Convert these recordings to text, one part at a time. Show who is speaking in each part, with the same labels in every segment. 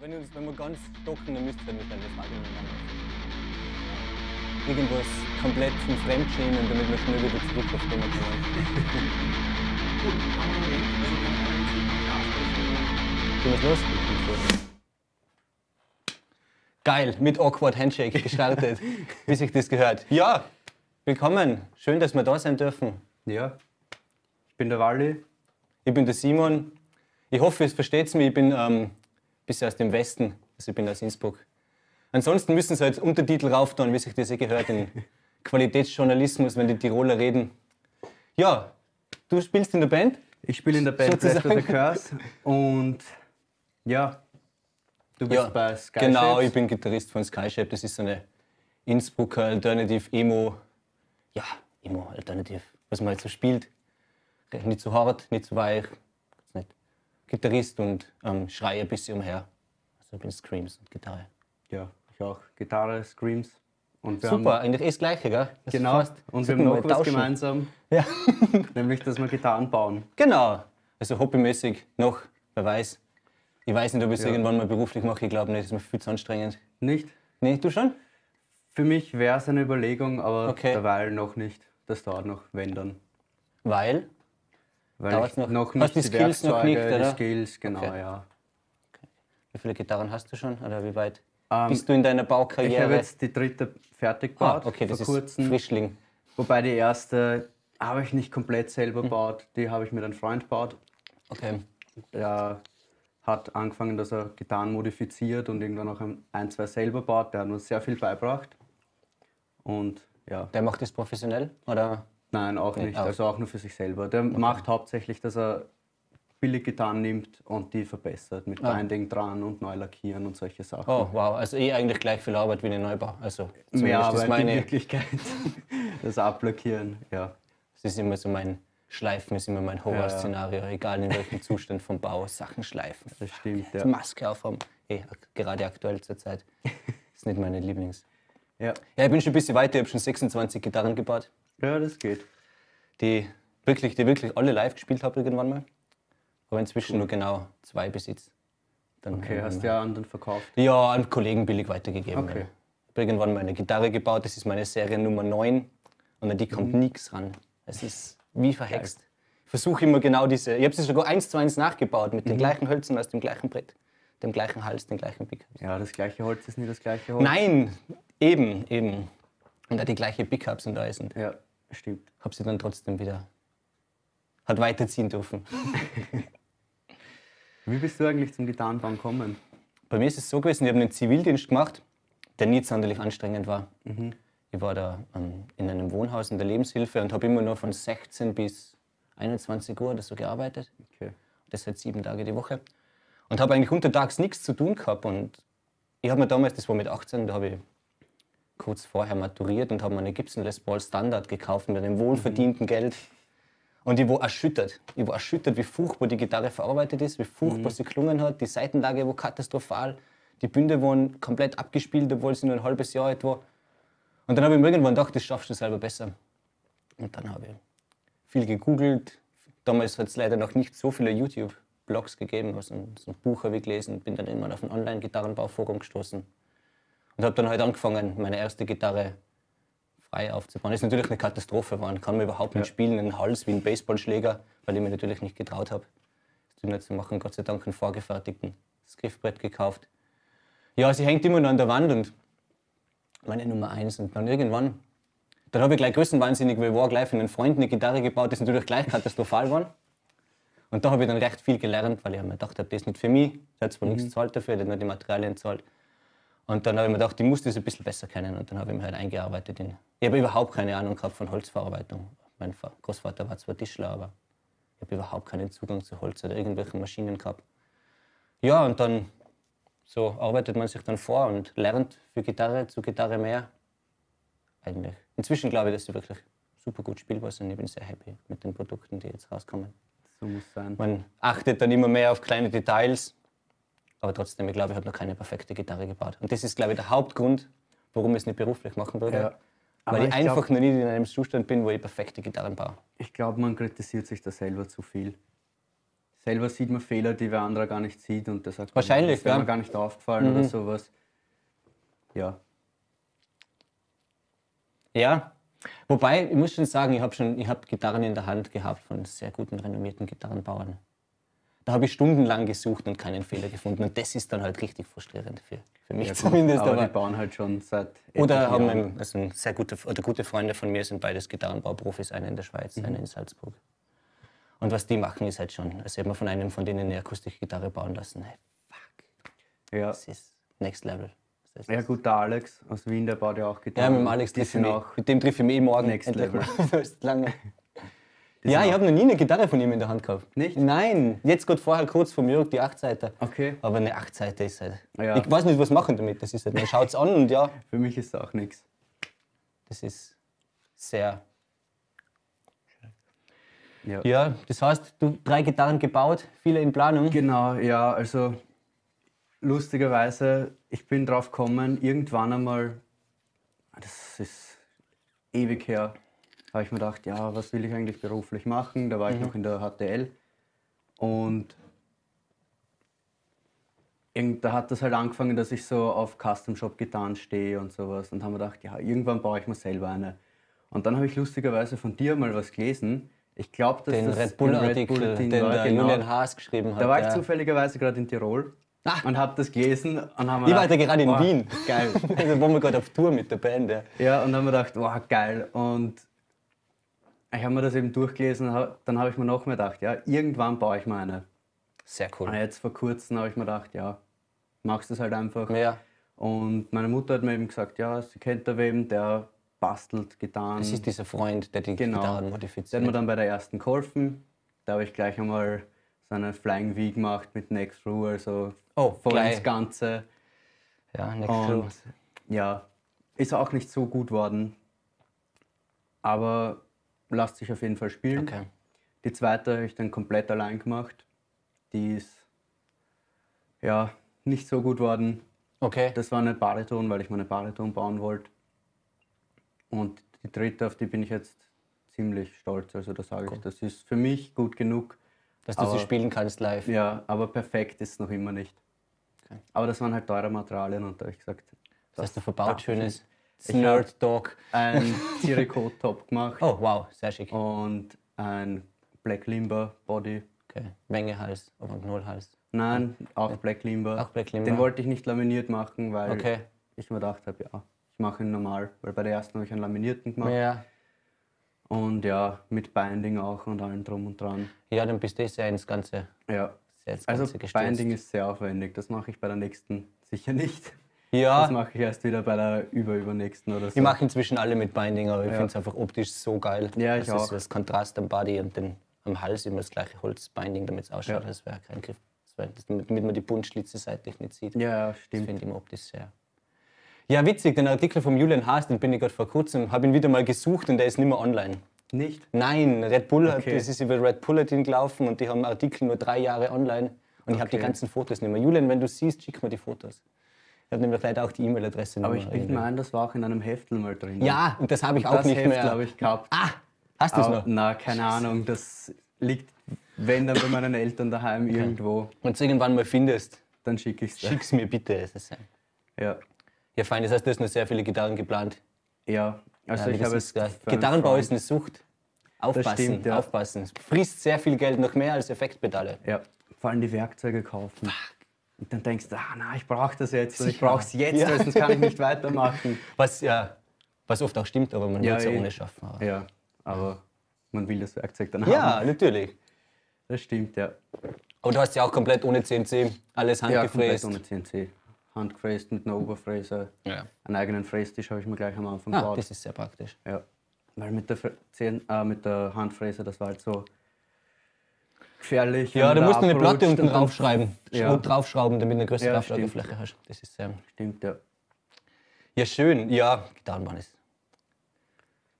Speaker 1: Wenn, uns, wenn wir ganz stocken, dann müsst ihr mit einem Frage Irgendwas komplett zum Fremdschämen, damit wir schnell wieder zurück auf Thema kommen. Gehen wir's los? Geil, mit Awkward Handshake gestartet, wie sich das gehört. Ja, willkommen. Schön, dass wir da sein dürfen.
Speaker 2: Ja, ich bin der Walli.
Speaker 1: Ich bin der Simon. Ich hoffe, ihr versteht mich. Ich bin ähm, bisher aus dem Westen. Also ich bin aus Innsbruck. Ansonsten müssen sie jetzt Untertitel rauf tun, wie sich das eh gehört in Qualitätsjournalismus, wenn die Tiroler reden. Ja, du spielst in der Band.
Speaker 2: Ich spiele in der Band Breath of the Curse und ja, du bist
Speaker 1: ja,
Speaker 2: bei Sky
Speaker 1: Genau,
Speaker 2: Shapes.
Speaker 1: ich bin Gitarrist von Skyshape. Das ist so eine Innsbrucker Alternative Emo. Ja, Emo Alternative, was man halt so spielt. Nicht zu hart, nicht zu weich. Weiß Nicht. Gitarrist und ähm, schreie ein bisschen umher. Also ich bin Screams und Gitarre.
Speaker 2: Ja, ich auch. Gitarre, Screams. Und wir
Speaker 1: Super,
Speaker 2: Haben,
Speaker 1: eigentlich eh das Gleiche, gell? Das ist
Speaker 2: genau,
Speaker 1: fast-
Speaker 2: und wir
Speaker 1: Sollten
Speaker 2: haben noch
Speaker 1: mal
Speaker 2: was
Speaker 1: tauschen.
Speaker 2: gemeinsam,
Speaker 1: Ja.
Speaker 2: nämlich, dass wir Gitarren bauen.
Speaker 1: genau. Also hobbymäßig noch, wer weiß. Ich weiß nicht, ob ich es irgendwann mal beruflich mache. Ich glaube nicht, das ist mir viel zu anstrengend.
Speaker 2: Nicht?
Speaker 1: Nee, du schon?
Speaker 2: Für mich wäre es eine Überlegung, aber
Speaker 1: Okay.
Speaker 2: derweil noch nicht. Das dauert noch, wenn dann.
Speaker 1: Weil?
Speaker 2: Weil
Speaker 1: Dauert's
Speaker 2: ich
Speaker 1: noch?
Speaker 2: noch
Speaker 1: Hast
Speaker 2: nicht
Speaker 1: die Skills noch
Speaker 2: Werkzeuge,
Speaker 1: nicht, oder?
Speaker 2: Die Skills, genau,
Speaker 1: Okay.
Speaker 2: ja.
Speaker 1: Wie viele Gitarren hast du schon? Oder wie weit
Speaker 2: Ähm,
Speaker 1: bist du in deiner
Speaker 2: Ich habe
Speaker 1: Baukarriere?
Speaker 2: jetzt die dritte fertig
Speaker 1: ah,
Speaker 2: gebaut.
Speaker 1: okay, das
Speaker 2: vor
Speaker 1: ist
Speaker 2: kurzem.
Speaker 1: Frischling.
Speaker 2: Wobei die erste habe ich nicht komplett selber
Speaker 1: Hm.
Speaker 2: gebaut, die habe ich mit einem Freund gebaut.
Speaker 1: Okay.
Speaker 2: Der hat angefangen, dass er Gitarren modifiziert und irgendwann auch ein, zwei selber baut. Der hat uns sehr viel beigebracht. Und ja,
Speaker 1: Der macht das professionell? Oder?
Speaker 2: nein, auch nicht.
Speaker 1: auch.
Speaker 2: Also auch nur für sich selber. Der macht hauptsächlich, dass er billige Gitarren nimmt und die verbessert mit Binding dran und neu lackieren und solche Sachen.
Speaker 1: Ah. Oh, wow. Also eh eigentlich gleich viel Arbeit wie ein Neubau. Also
Speaker 2: Mehr
Speaker 1: zumindest ist
Speaker 2: Arbeit in
Speaker 1: meine,
Speaker 2: Wirklichkeit. das Ablackieren, ja.
Speaker 1: Das ist immer so mein Schleifen, ist immer mein Horrorszenario. Egal in welchem Zustand vom Bau, Sachen schleifen.
Speaker 2: Das stimmt,
Speaker 1: Die
Speaker 2: ja.
Speaker 1: Maske auf haben. Eh, ak- gerade aktuell zur Zeit. ist nicht meine Lieblings.
Speaker 2: Ja,
Speaker 1: Ja, ich bin schon ein bisschen weiter. Ich habe schon 26 Gitarren gebaut,
Speaker 2: ja das geht.
Speaker 1: die wirklich, die wirklich alle live gespielt habe irgendwann mal. Aber inzwischen nur genau zwei besitz. Dann
Speaker 2: Okay,
Speaker 1: irgendwann
Speaker 2: hast ja anderen verkauft.
Speaker 1: Ja, an Kollegen billig weitergegeben.
Speaker 2: Okay.
Speaker 1: ja. Ich habe irgendwann meine Gitarre gebaut, das ist meine Serie Nummer 9 und an die kommt
Speaker 2: Mhm.
Speaker 1: nichts ran. Es ist wie verhext. Ich versuche immer genau diese. Ich habe sie sogar eins zu eins nachgebaut mit
Speaker 2: Mhm.
Speaker 1: den gleichen Hölzern aus dem gleichen Brett, dem gleichen Hals, den gleichen Pickups.
Speaker 2: Ja, das gleiche Holz ist nie das gleiche Holz.
Speaker 1: Genau. Nein, eben, eben. Und da die gleiche Pickups und alles. Und
Speaker 2: Ja, stimmt.
Speaker 1: habe sie dann trotzdem wieder. Hat weiterziehen dürfen.
Speaker 2: Wie bist du eigentlich zum Gitarrenbauen gekommen?
Speaker 1: Bei mir ist es so gewesen, ich habe einen Zivildienst gemacht, der nicht sonderlich anstrengend war. Ich war da ähm, in einem Wohnhaus in der Lebenshilfe und habe immer nur von 16 bis 21 Uhr oder so gearbeitet.
Speaker 2: Okay.
Speaker 1: Das halt sieben Tage die Woche. Und habe eigentlich untertags nichts zu tun gehabt. Und ich habe mir damals, das war mit 18, da habe ich kurz vorher maturiert und habe mir eine Gibson Les Paul Standard gekauft mit einem wohlverdienten Geld. Und ich war erschüttert. Ich war erschüttert, wie furchtbar die Gitarre verarbeitet ist, wie furchtbar sie klungen hat. Die Seitenlage war katastrophal. Die Bünde waren komplett abgespielt, obwohl sie nur ein halbes Jahr alt war. Und dann habe ich mir irgendwann gedacht, das schaffst du selber besser. Und dann habe ich viel gegoogelt. Damals hat es leider noch nicht so viele YouTube-Blogs gegeben, also so ein Buch habe ich gelesen und bin dann irgendwann auf ein Online-Gitarrenbauforum gestoßen. Und habe dann halt angefangen, meine erste Gitarre frei aufzubauen. Das ist natürlich eine Katastrophe, man kann mir überhaupt nicht spielen, einen Hals wie ein Baseballschläger, weil ich mir natürlich nicht getraut habe, das dünner zu machen. Gott sei Dank einen vorgefertigten das Griffbrett gekauft. Ja, sie hängt immer noch an der Wand und meine Nummer eins. Und dann irgendwann dann habe ich gleich größenwahnsinnig, weil ich war gleich für einen Freund eine Gitarre gebaut, das natürlich gleich katastrophal war. Und da habe ich dann recht viel gelernt, weil ich mir gedacht habe, das ist nicht für mich. Der hat zwar nichts gezahlt dafür, der hat nur die Materialien gezahlt. Und dann habe ich mir gedacht, ich muss das ein bisschen besser kennen. Und dann habe ich mich halt eingearbeitet in. Ich habe überhaupt keine Ahnung gehabt von Holzverarbeitung. Mein Fa- Großvater war zwar Tischler, aber ich habe überhaupt keinen Zugang zu Holz oder irgendwelchen Maschinen gehabt. Ja, und dann so arbeitet man sich dann vor und lernt für Gitarre zu Gitarre mehr eigentlich. Inzwischen glaube ich, dass sie wirklich super gut spielbar sind. Ich bin sehr happy mit den Produkten, die jetzt rauskommen.
Speaker 2: So muss sein.
Speaker 1: Man achtet dann immer mehr auf kleine Details, aber trotzdem, ich glaube, ich habe noch keine perfekte Gitarre gebaut. Und das ist, glaube ich, der Hauptgrund, warum ich es nicht beruflich machen würde.
Speaker 2: Ja. Aber
Speaker 1: Weil ich,
Speaker 2: ich glaub-
Speaker 1: einfach noch nicht in einem Zustand bin, wo ich perfekte Gitarren baue.
Speaker 2: Ich glaube, man kritisiert sich da selber zu viel. selber sieht man Fehler, die wer anderer gar nicht sieht und das sagt man,
Speaker 1: Wahrscheinlich,
Speaker 2: das wäre
Speaker 1: ja. Mhm.
Speaker 2: mir gar nicht aufgefallen oder sowas. Ja,
Speaker 1: Ja. Wobei, ich muss schon sagen, ich habe schon, ich hab Gitarren in der Hand gehabt von sehr guten, renommierten Gitarrenbauern. Da habe ich stundenlang gesucht und keinen Fehler gefunden. Und das ist dann halt richtig frustrierend für, für mich
Speaker 2: ja gut,
Speaker 1: zumindest.
Speaker 2: aber, die
Speaker 1: Aber
Speaker 2: bauen halt schon seit
Speaker 1: oder
Speaker 2: etlichen
Speaker 1: haben
Speaker 2: Jahren.
Speaker 1: ein, also ein sehr gute, oder gute Freunde von mir sind beides Gitarrenbauprofis, einer in der Schweiz, einer in Salzburg. Und was die machen, ist halt schon, also ich hab mir von einem von denen eine Akustikgitarre bauen lassen. Hey, fuck,
Speaker 2: ja.
Speaker 1: das ist next level. Das ist
Speaker 2: ja gut, der Alex aus Wien, der baut ja auch
Speaker 1: ja,
Speaker 2: Gitarren.
Speaker 1: mit dem Alex
Speaker 2: die
Speaker 1: triff ich
Speaker 2: sind
Speaker 1: mich.
Speaker 2: auch,
Speaker 1: Mit dem triff ich mich eh morgen.
Speaker 2: Next
Speaker 1: endlich
Speaker 2: Level.
Speaker 1: mal. Das ist lange.
Speaker 2: die
Speaker 1: ja,
Speaker 2: sind
Speaker 1: ich habe noch nie eine Gitarre von ihm in der Hand gehabt.
Speaker 2: Nicht?
Speaker 1: Nein. Jetzt gerade vorher kurz vom Jörg die Achtseiter.
Speaker 2: auch, okay,
Speaker 1: Aber eine Achtseiter ist halt.
Speaker 2: Ja.
Speaker 1: Ich weiß nicht, was machen damit. Das ist halt. Man schaut's an und ja,
Speaker 2: für mich ist es auch nichts.
Speaker 1: das ist sehr.
Speaker 2: Ja.
Speaker 1: Ja, das heißt, du drei Gitarren gebaut, viele in Planung.
Speaker 2: Genau, ja, also lustigerweise, ich bin drauf gekommen, irgendwann einmal, ah, das ist ewig her, habe ich mir gedacht, ja, was will ich eigentlich beruflich machen? Da war
Speaker 1: Mhm.
Speaker 2: ich noch in der HTL und irgend- da hat das halt angefangen, dass ich so auf Custom Shop Gitarren stehe und sowas und haben mir gedacht, ja, irgendwann baue ich mir selber eine. Und dann habe ich lustigerweise von dir mal was gelesen. Ich glaube, dass
Speaker 1: Den
Speaker 2: das
Speaker 1: Red
Speaker 2: im
Speaker 1: Bull-Artikel, den
Speaker 2: Bull-Ding
Speaker 1: der
Speaker 2: war, genau.
Speaker 1: Julian Haas geschrieben hat.
Speaker 2: Da war ich
Speaker 1: ja.
Speaker 2: zufälligerweise gerade in Tirol
Speaker 1: Ah.
Speaker 2: und habe das gelesen und haben
Speaker 1: Ich war da gerade in
Speaker 2: boah,
Speaker 1: Wien.
Speaker 2: Geil.
Speaker 1: Also waren wir gerade auf Tour mit der Band. Ja.
Speaker 2: Ja, und dann haben wir gedacht, wow, geil. Und ich habe mir das eben durchgelesen und hab, dann habe ich mir noch mehr gedacht, ja, irgendwann baue ich mir eine.
Speaker 1: Sehr
Speaker 2: Und
Speaker 1: cool.
Speaker 2: jetzt vor kurzem habe ich mir gedacht, ja, machst das halt einfach.
Speaker 1: Ja.
Speaker 2: Und meine Mutter hat mir eben gesagt, ja, sie kennt da wem, der bastelt Gitarren.
Speaker 1: Das ist dieser Freund, der die
Speaker 2: Genau.
Speaker 1: Gitarren
Speaker 2: Der
Speaker 1: modifiziert.
Speaker 2: hat mir dann bei der ersten geholfen. Da habe ich gleich einmal so eine Flying V gemacht mit Next Through, also
Speaker 1: Oh,
Speaker 2: voll
Speaker 1: gleich.
Speaker 2: ins Ganze.
Speaker 1: Ja, next
Speaker 2: Und ja, ist auch nicht so gut worden. Aber lasst sich auf jeden Fall spielen.
Speaker 1: Okay.
Speaker 2: Die zweite habe ich dann komplett allein gemacht. Die ist ja nicht so gut worden.
Speaker 1: Okay.
Speaker 2: Das war eine Bariton, weil ich meine Bariton bauen wollte. Und die dritte, auf die bin ich jetzt ziemlich stolz. Also da sage ich, das ist für mich gut genug.
Speaker 1: Dass du sie
Speaker 2: aber-
Speaker 1: spielen kannst live.
Speaker 2: Ja, aber perfekt ist es noch immer nicht.
Speaker 1: Okay.
Speaker 2: Aber das waren halt teure Materialien und da habe ich gesagt,
Speaker 1: Das hast du verbaut,
Speaker 2: darf
Speaker 1: schönes
Speaker 2: Ich hab-
Speaker 1: Nerd Dog.
Speaker 2: ein Zirikot-Top gemacht
Speaker 1: Oh, wow, sehr schick.
Speaker 2: und ein Black Limber Body.
Speaker 1: Okay. Menge Hals und Nullhals.
Speaker 2: Nein, auch Black Limber.
Speaker 1: Auch Black Limber.
Speaker 2: Den wollte ich nicht laminiert machen, weil
Speaker 1: Okay.
Speaker 2: ich mir gedacht habe, ja, ich mache ihn normal, weil bei der ersten habe ich einen laminierten gemacht.
Speaker 1: Ja.
Speaker 2: Und ja, mit Binding auch und allem drum und dran.
Speaker 1: ja, dann bist du eh sehr ins Ganze,
Speaker 2: Ja.
Speaker 1: sehr ins Ganze
Speaker 2: Also
Speaker 1: gestürzt.
Speaker 2: Binding ist sehr aufwendig. Das mache ich bei der nächsten sicher nicht. Das
Speaker 1: ja,
Speaker 2: mache ich erst wieder bei der überübernächsten oder so.
Speaker 1: Ah. ich mache inzwischen alle mit Binding, aber ich finde es einfach optisch so geil.
Speaker 2: Ja, ich
Speaker 1: das
Speaker 2: auch.
Speaker 1: Ist das Kontrast am Body und den, am Hals immer das gleiche Holzbinding, damit es ausschaut, als wäre kein Griff. Das wär, damit damit man die Buntschlitze seitlich nicht sieht.
Speaker 2: ja, ja,
Speaker 1: Das
Speaker 2: stimmt.
Speaker 1: finde ich optisch sehr. Ja, witzig, den Artikel vom Julian Haas, den bin ich gerade vor kurzem, habe ihn wieder mal gesucht und der ist nicht mehr online.
Speaker 2: Nicht?
Speaker 1: Nein, Red Bull, hat,
Speaker 2: Okay.
Speaker 1: das ist über Red Bulletin gelaufen und die haben Artikel nur drei Jahre online und ich habe die
Speaker 2: Okay.
Speaker 1: ganzen Fotos nicht mehr. Julian, wenn du siehst, schick mir die Fotos. Ich habe nämlich leider auch die E-Mail-Adresse nicht
Speaker 2: Aber
Speaker 1: mehr
Speaker 2: ich bilde
Speaker 1: irgendwie.
Speaker 2: mir ein, das war auch in einem Heftel mal drin.
Speaker 1: Ja, und das habe ich auch
Speaker 2: das
Speaker 1: nicht
Speaker 2: Heft,
Speaker 1: mehr.
Speaker 2: glaube ich, gehabt.
Speaker 1: Ah, hast du es
Speaker 2: Aber,
Speaker 1: noch?
Speaker 2: na, keine Ahnung, das liegt, wenn dann bei meinen Eltern daheim irgendwo,
Speaker 1: Wenn du irgendwann mal findest,
Speaker 2: dann schicke ich es.
Speaker 1: schick's mir bitte. Es ist ein-
Speaker 2: Ja.
Speaker 1: Ja, fein, das heißt, du hast noch sehr viele Gitarren geplant.
Speaker 2: ja, also
Speaker 1: Ja,
Speaker 2: ich
Speaker 1: das
Speaker 2: habe
Speaker 1: ist
Speaker 2: jetzt.
Speaker 1: geil.
Speaker 2: für einen
Speaker 1: Gitarrenbau
Speaker 2: Freund-
Speaker 1: ist eine Sucht. Aufpassen,
Speaker 2: stimmt, ja.
Speaker 1: aufpassen. Es frisst sehr viel Geld, noch mehr als Effektpedale.
Speaker 2: Ja, vor allem die Werkzeuge kaufen. Und dann denkst du, ah, na, ich brauche das jetzt, ich
Speaker 1: Sicher.
Speaker 2: brauche es jetzt,
Speaker 1: Ja.
Speaker 2: weil sonst kann ich nicht weitermachen.
Speaker 1: Was ja, was oft auch stimmt, aber man
Speaker 2: Ja,
Speaker 1: wird es ja
Speaker 2: eh.
Speaker 1: ohne schaffen. Aber.
Speaker 2: Ja, aber man will das Werkzeug dann
Speaker 1: Ja,
Speaker 2: haben.
Speaker 1: natürlich.
Speaker 2: Das stimmt, ja.
Speaker 1: Aber du hast ja auch komplett ohne CNC alles
Speaker 2: Ja,
Speaker 1: handgefräst.
Speaker 2: komplett ohne CNC. Handgefräst mit einer Oberfräse.
Speaker 1: Ja.
Speaker 2: Einen eigenen Frästisch habe ich mir gleich am Anfang
Speaker 1: ah,
Speaker 2: gebaut.
Speaker 1: das ist sehr praktisch.
Speaker 2: Ja. Weil mit der, Fr- Zehn, äh, mit der Handfräse, das war halt so gefährlich.
Speaker 1: Ja,
Speaker 2: wenn
Speaker 1: du
Speaker 2: man
Speaker 1: musst
Speaker 2: da
Speaker 1: eine Platte
Speaker 2: abrutscht
Speaker 1: unten
Speaker 2: und dann-
Speaker 1: draufschreiben.
Speaker 2: Ja.
Speaker 1: Ja. Draufschrauben, damit du eine größere
Speaker 2: Ja,
Speaker 1: Auflagefläche hast. Das ist sehr.
Speaker 2: Stimmt, ja.
Speaker 1: Ja, schön. Ja, Gitarrenbahn ist.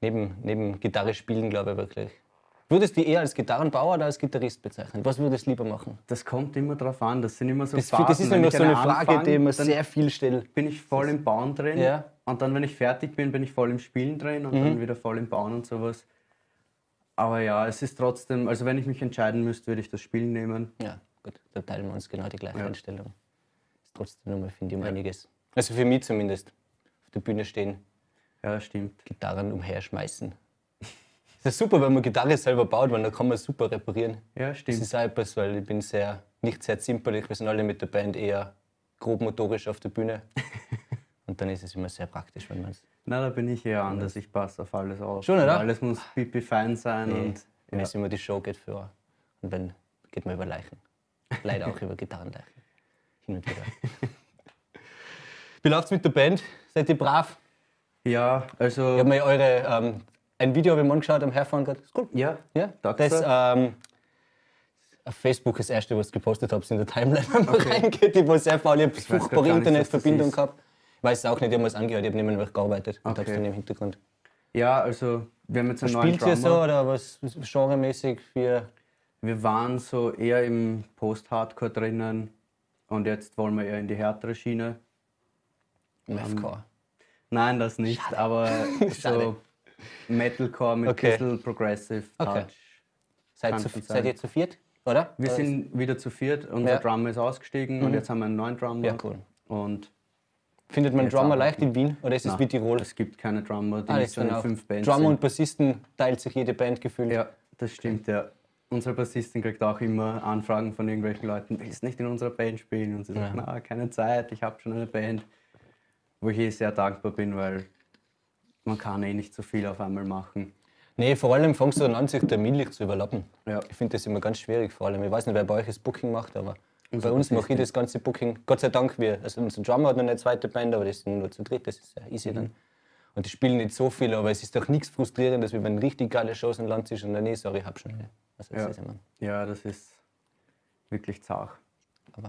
Speaker 1: Neben, neben Gitarre spielen, glaube ich wirklich. Würdest du dich eher als Gitarrenbauer oder als Gitarrist bezeichnen? Was würdest du lieber machen?
Speaker 2: Das kommt immer drauf an. Das sind immer so
Speaker 1: Das,
Speaker 2: Phasen.
Speaker 1: das ist
Speaker 2: Wenn
Speaker 1: nämlich
Speaker 2: ich
Speaker 1: so eine
Speaker 2: anfange,
Speaker 1: Frage, die man
Speaker 2: dann
Speaker 1: sehr viel stellt.
Speaker 2: bin ich voll im Bauen drin.
Speaker 1: Ja. Mhm.
Speaker 2: Und dann, wenn ich fertig bin, bin ich voll im Spielen drin und dann wieder voll im Bauen und sowas. Aber ja, es ist trotzdem, also wenn ich mich entscheiden müsste, würde ich das Spiel nehmen.
Speaker 1: Ja, gut, da teilen wir uns genau die gleiche
Speaker 2: Ja.
Speaker 1: Einstellung. Ist trotzdem nochmal, finde ich, um einiges. Also für mich zumindest. Auf der Bühne stehen,
Speaker 2: Ja, stimmt.
Speaker 1: Gitarren umherschmeißen. Das ist super, wenn man Gitarre selber baut, weil da kann man super reparieren.
Speaker 2: Ja,
Speaker 1: Das
Speaker 2: stimmt.
Speaker 1: ist auch etwas, weil ich bin sehr, nicht sehr zimperlich. Wir sind alle mit der Band eher grob motorisch auf der Bühne. Und dann ist es immer sehr praktisch, wenn man es
Speaker 2: Na, da bin ich eher anders. Ich passe auf alles auf.
Speaker 1: Schon, oder?
Speaker 2: Alles muss pipi fein sein und
Speaker 1: wenn es immer die Show geht für. Und wenn, geht man über Leichen. Leider auch über Gitarrenleichen. Hin und wieder. Wie läuft's mit der Band? Seid ihr brav?
Speaker 2: Ja,
Speaker 1: Ich
Speaker 2: also.
Speaker 1: habe mir eure, ähm, ein Video habe ich mir angeschaut am Herfahren gerade. Ist gut.
Speaker 2: Ja,
Speaker 1: Ja,
Speaker 2: Danke
Speaker 1: das
Speaker 2: sehr.
Speaker 1: ähm, auf Facebook das erste, was ich gepostet habe, in der Timeline wenn man reingeht. Ich war sehr faul, ich habe
Speaker 2: grad
Speaker 1: furchtbare
Speaker 2: gar nicht, was das
Speaker 1: Internetverbindung
Speaker 2: ist.
Speaker 1: gehabt. Ich weiß es auch nicht, ich habe mir das angehört, ich habe nicht mehr gearbeitet und habe es
Speaker 2: Okay.
Speaker 1: dann im Hintergrund.
Speaker 2: ja, also wir haben jetzt einen neuen
Speaker 1: Spielt ihr
Speaker 2: Drummer.
Speaker 1: so oder was was- genremäßig für.
Speaker 2: Wir waren so eher im Post-Hardcore drinnen und jetzt wollen wir eher in die härtere Schiene.
Speaker 1: Mathcore.
Speaker 2: Nein, das nicht, aber
Speaker 1: Schade.
Speaker 2: so Metalcore mit
Speaker 1: Okay.
Speaker 2: bisschen Progressive Touch.
Speaker 1: Okay. Seid,
Speaker 2: kann
Speaker 1: zu,
Speaker 2: schon sein.
Speaker 1: seid ihr zu viert, oder? Äh,
Speaker 2: Wir
Speaker 1: Oder
Speaker 2: sind wieder zu viert, unser
Speaker 1: Ja. Mhm.
Speaker 2: Drummer ist ausgestiegen und jetzt haben wir einen neuen Drummer.
Speaker 1: Ja, cool.
Speaker 2: Und
Speaker 1: ist- Findet man
Speaker 2: jetzt
Speaker 1: Drummer
Speaker 2: arbeiten.
Speaker 1: leicht in Wien oder ist es wie Tirol?
Speaker 2: es gibt keine Drummer, die
Speaker 1: Ah,
Speaker 2: nicht
Speaker 1: das
Speaker 2: so in
Speaker 1: dann auch.
Speaker 2: fünf Bands
Speaker 1: Drummer und
Speaker 2: sind.
Speaker 1: Bassisten teilt sich jede Band gefühlt.
Speaker 2: Ja, das stimmt, ja. äh, Unsere Bassistin kriegt auch immer Anfragen von irgendwelchen Leuten, willst du nicht in unserer Band spielen? Und sie sagt, na, keine Zeit, ich habe schon eine Band. Wo ich eh sehr dankbar bin, weil man kann eh nicht so viel auf einmal machen.
Speaker 1: Nee, vor allem fängst du dann an, sich terminlich zu überlappen.
Speaker 2: Ja.
Speaker 1: Ich finde das immer ganz schwierig, vor allem. Ich weiß nicht, wer bei euch das Booking macht, aber bei uns mache ich das ganze Booking. Gott sei Dank, wir. Also unser Drummer hat noch eine zweite Band, aber das sind nur zu dritt, das ist ja
Speaker 2: Mhm.
Speaker 1: easy dann. Und die spielen nicht so viel, aber es ist doch nichts Frustrierendes, wie wenn richtig geile Shows in Land ist und dann, nee, sorry, ich hab schon eine. Also, das
Speaker 2: Ja.
Speaker 1: ist immer.
Speaker 2: Ja, das ist wirklich zart.
Speaker 1: Aber.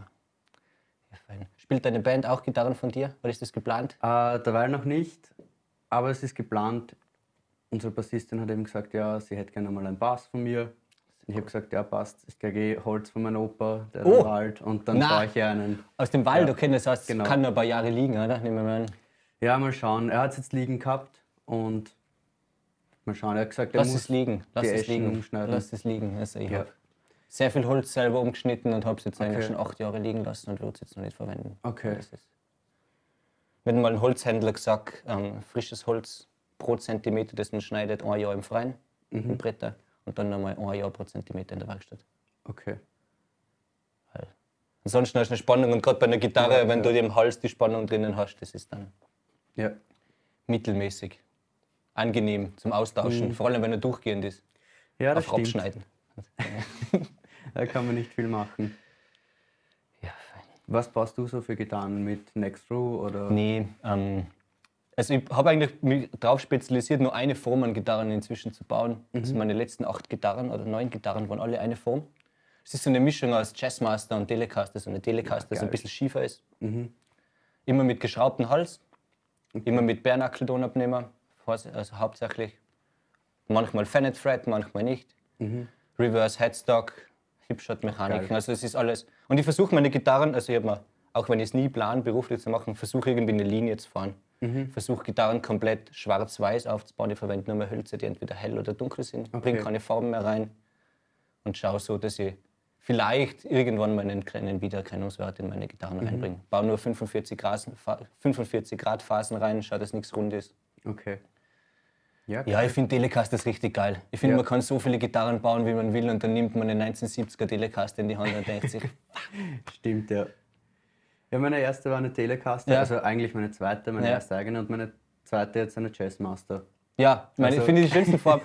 Speaker 1: Ja, fein. Spielt deine Band auch Gitarren von dir? Oder ist das geplant?
Speaker 2: Äh, derweil noch nicht, aber es ist geplant. Unsere Bassistin hat eben gesagt, ja, sie hätte gerne mal einen Bass von mir. Ich habe gesagt, ja, passt. Ich kriege eh Holz von meinem Opa, der
Speaker 1: Oh!
Speaker 2: im Wald, und dann
Speaker 1: Na!
Speaker 2: brauche ich ja einen.
Speaker 1: Aus dem Wald, okay, das heißt,
Speaker 2: Genau.
Speaker 1: es kann noch ein paar Jahre liegen, oder? Nehmen wir mal an.
Speaker 2: Ja, mal schauen. Er hat es jetzt liegen gehabt und mal schauen. Er hat gesagt, er
Speaker 1: Lass es
Speaker 2: muss.
Speaker 1: liegen. Lass
Speaker 2: die
Speaker 1: es
Speaker 2: Eschen
Speaker 1: liegen.
Speaker 2: umschneiden.
Speaker 1: Lass es liegen. Also ich
Speaker 2: Ja.
Speaker 1: habe sehr viel Holz selber umgeschnitten und habe es jetzt eigentlich
Speaker 2: Okay.
Speaker 1: schon acht Jahre liegen lassen und würde es jetzt noch nicht verwenden.
Speaker 2: Okay.
Speaker 1: Das ist- Wenn mal ein Holzhändler gesagt, ähm, frisches Holz pro Zentimeter, das man schneidet, ein Jahr im Freien,
Speaker 2: Mhm.
Speaker 1: mit Bretter, und dann nochmal ein Jahr pro Zentimeter in der Werkstatt.
Speaker 2: Okay.
Speaker 1: Ansonsten hast du eine Spannung und gerade bei einer Gitarre, wenn du dir im Hals die Spannung drinnen hast, das ist dann
Speaker 2: Ja.
Speaker 1: mittelmäßig angenehm zum Austauschen, vor allem wenn er durchgehend ist,
Speaker 2: Ja, Mhm. das
Speaker 1: auf Raub
Speaker 2: stimmt.
Speaker 1: schneiden.
Speaker 2: Da kann man nicht viel machen.
Speaker 1: Ja, fein.
Speaker 2: Was baust du so für Gitarren mit Nextro oder?
Speaker 1: Nee, ähm, also ich habe eigentlich mich darauf spezialisiert, nur eine Form an Gitarren inzwischen zu bauen. Also meine letzten acht Gitarren oder neun Gitarren waren alle eine Form. Es ist so eine Mischung aus Jazzmaster und Telecaster, so eine Telecaster, die so ein
Speaker 2: geil.
Speaker 1: bisschen schiefer ist. Immer mit geschraubtem Hals, immer mit Bärnackeltonabnehmer, vorse- also hauptsächlich. Manchmal Fanet Thread, manchmal nicht. Reverse Headstock, Hipshot-Mechaniken.
Speaker 2: Geil.
Speaker 1: Also es ist alles. Und ich versuche meine Gitarren, also ich habe mir, auch wenn ich es nie plan, beruflich zu machen, versuche irgendwie eine Linie zu fahren. Versuche Gitarren komplett schwarz-weiß aufzubauen. Ich verwende nur mehr Hölzer, die entweder hell oder dunkel sind. Bringe keine Farben mehr rein. Und schaue so, dass ich vielleicht irgendwann meinen kleinen Wiedererkennungswert in meine Gitarren reinbringe. Baue nur 45 Grad, 45 Grad Phasen rein, schau, dass nichts rund ist.
Speaker 2: Okay. Ja,
Speaker 1: Ja, ich finde Telecasters richtig geil. Ich finde,
Speaker 2: Ja.
Speaker 1: man kann so viele Gitarren bauen, wie man will, und dann nimmt man eine 1970er Telecaster in die Hand und denkt sich,
Speaker 2: Stimmt, ja. Ja, meine erste war eine Telecaster,
Speaker 1: Ja.
Speaker 2: also eigentlich meine zweite, meine
Speaker 1: Ja.
Speaker 2: erste eigene und meine zweite jetzt eine Jazzmaster.
Speaker 1: ja, meine,
Speaker 2: Also-
Speaker 1: ich finde die schönste Form.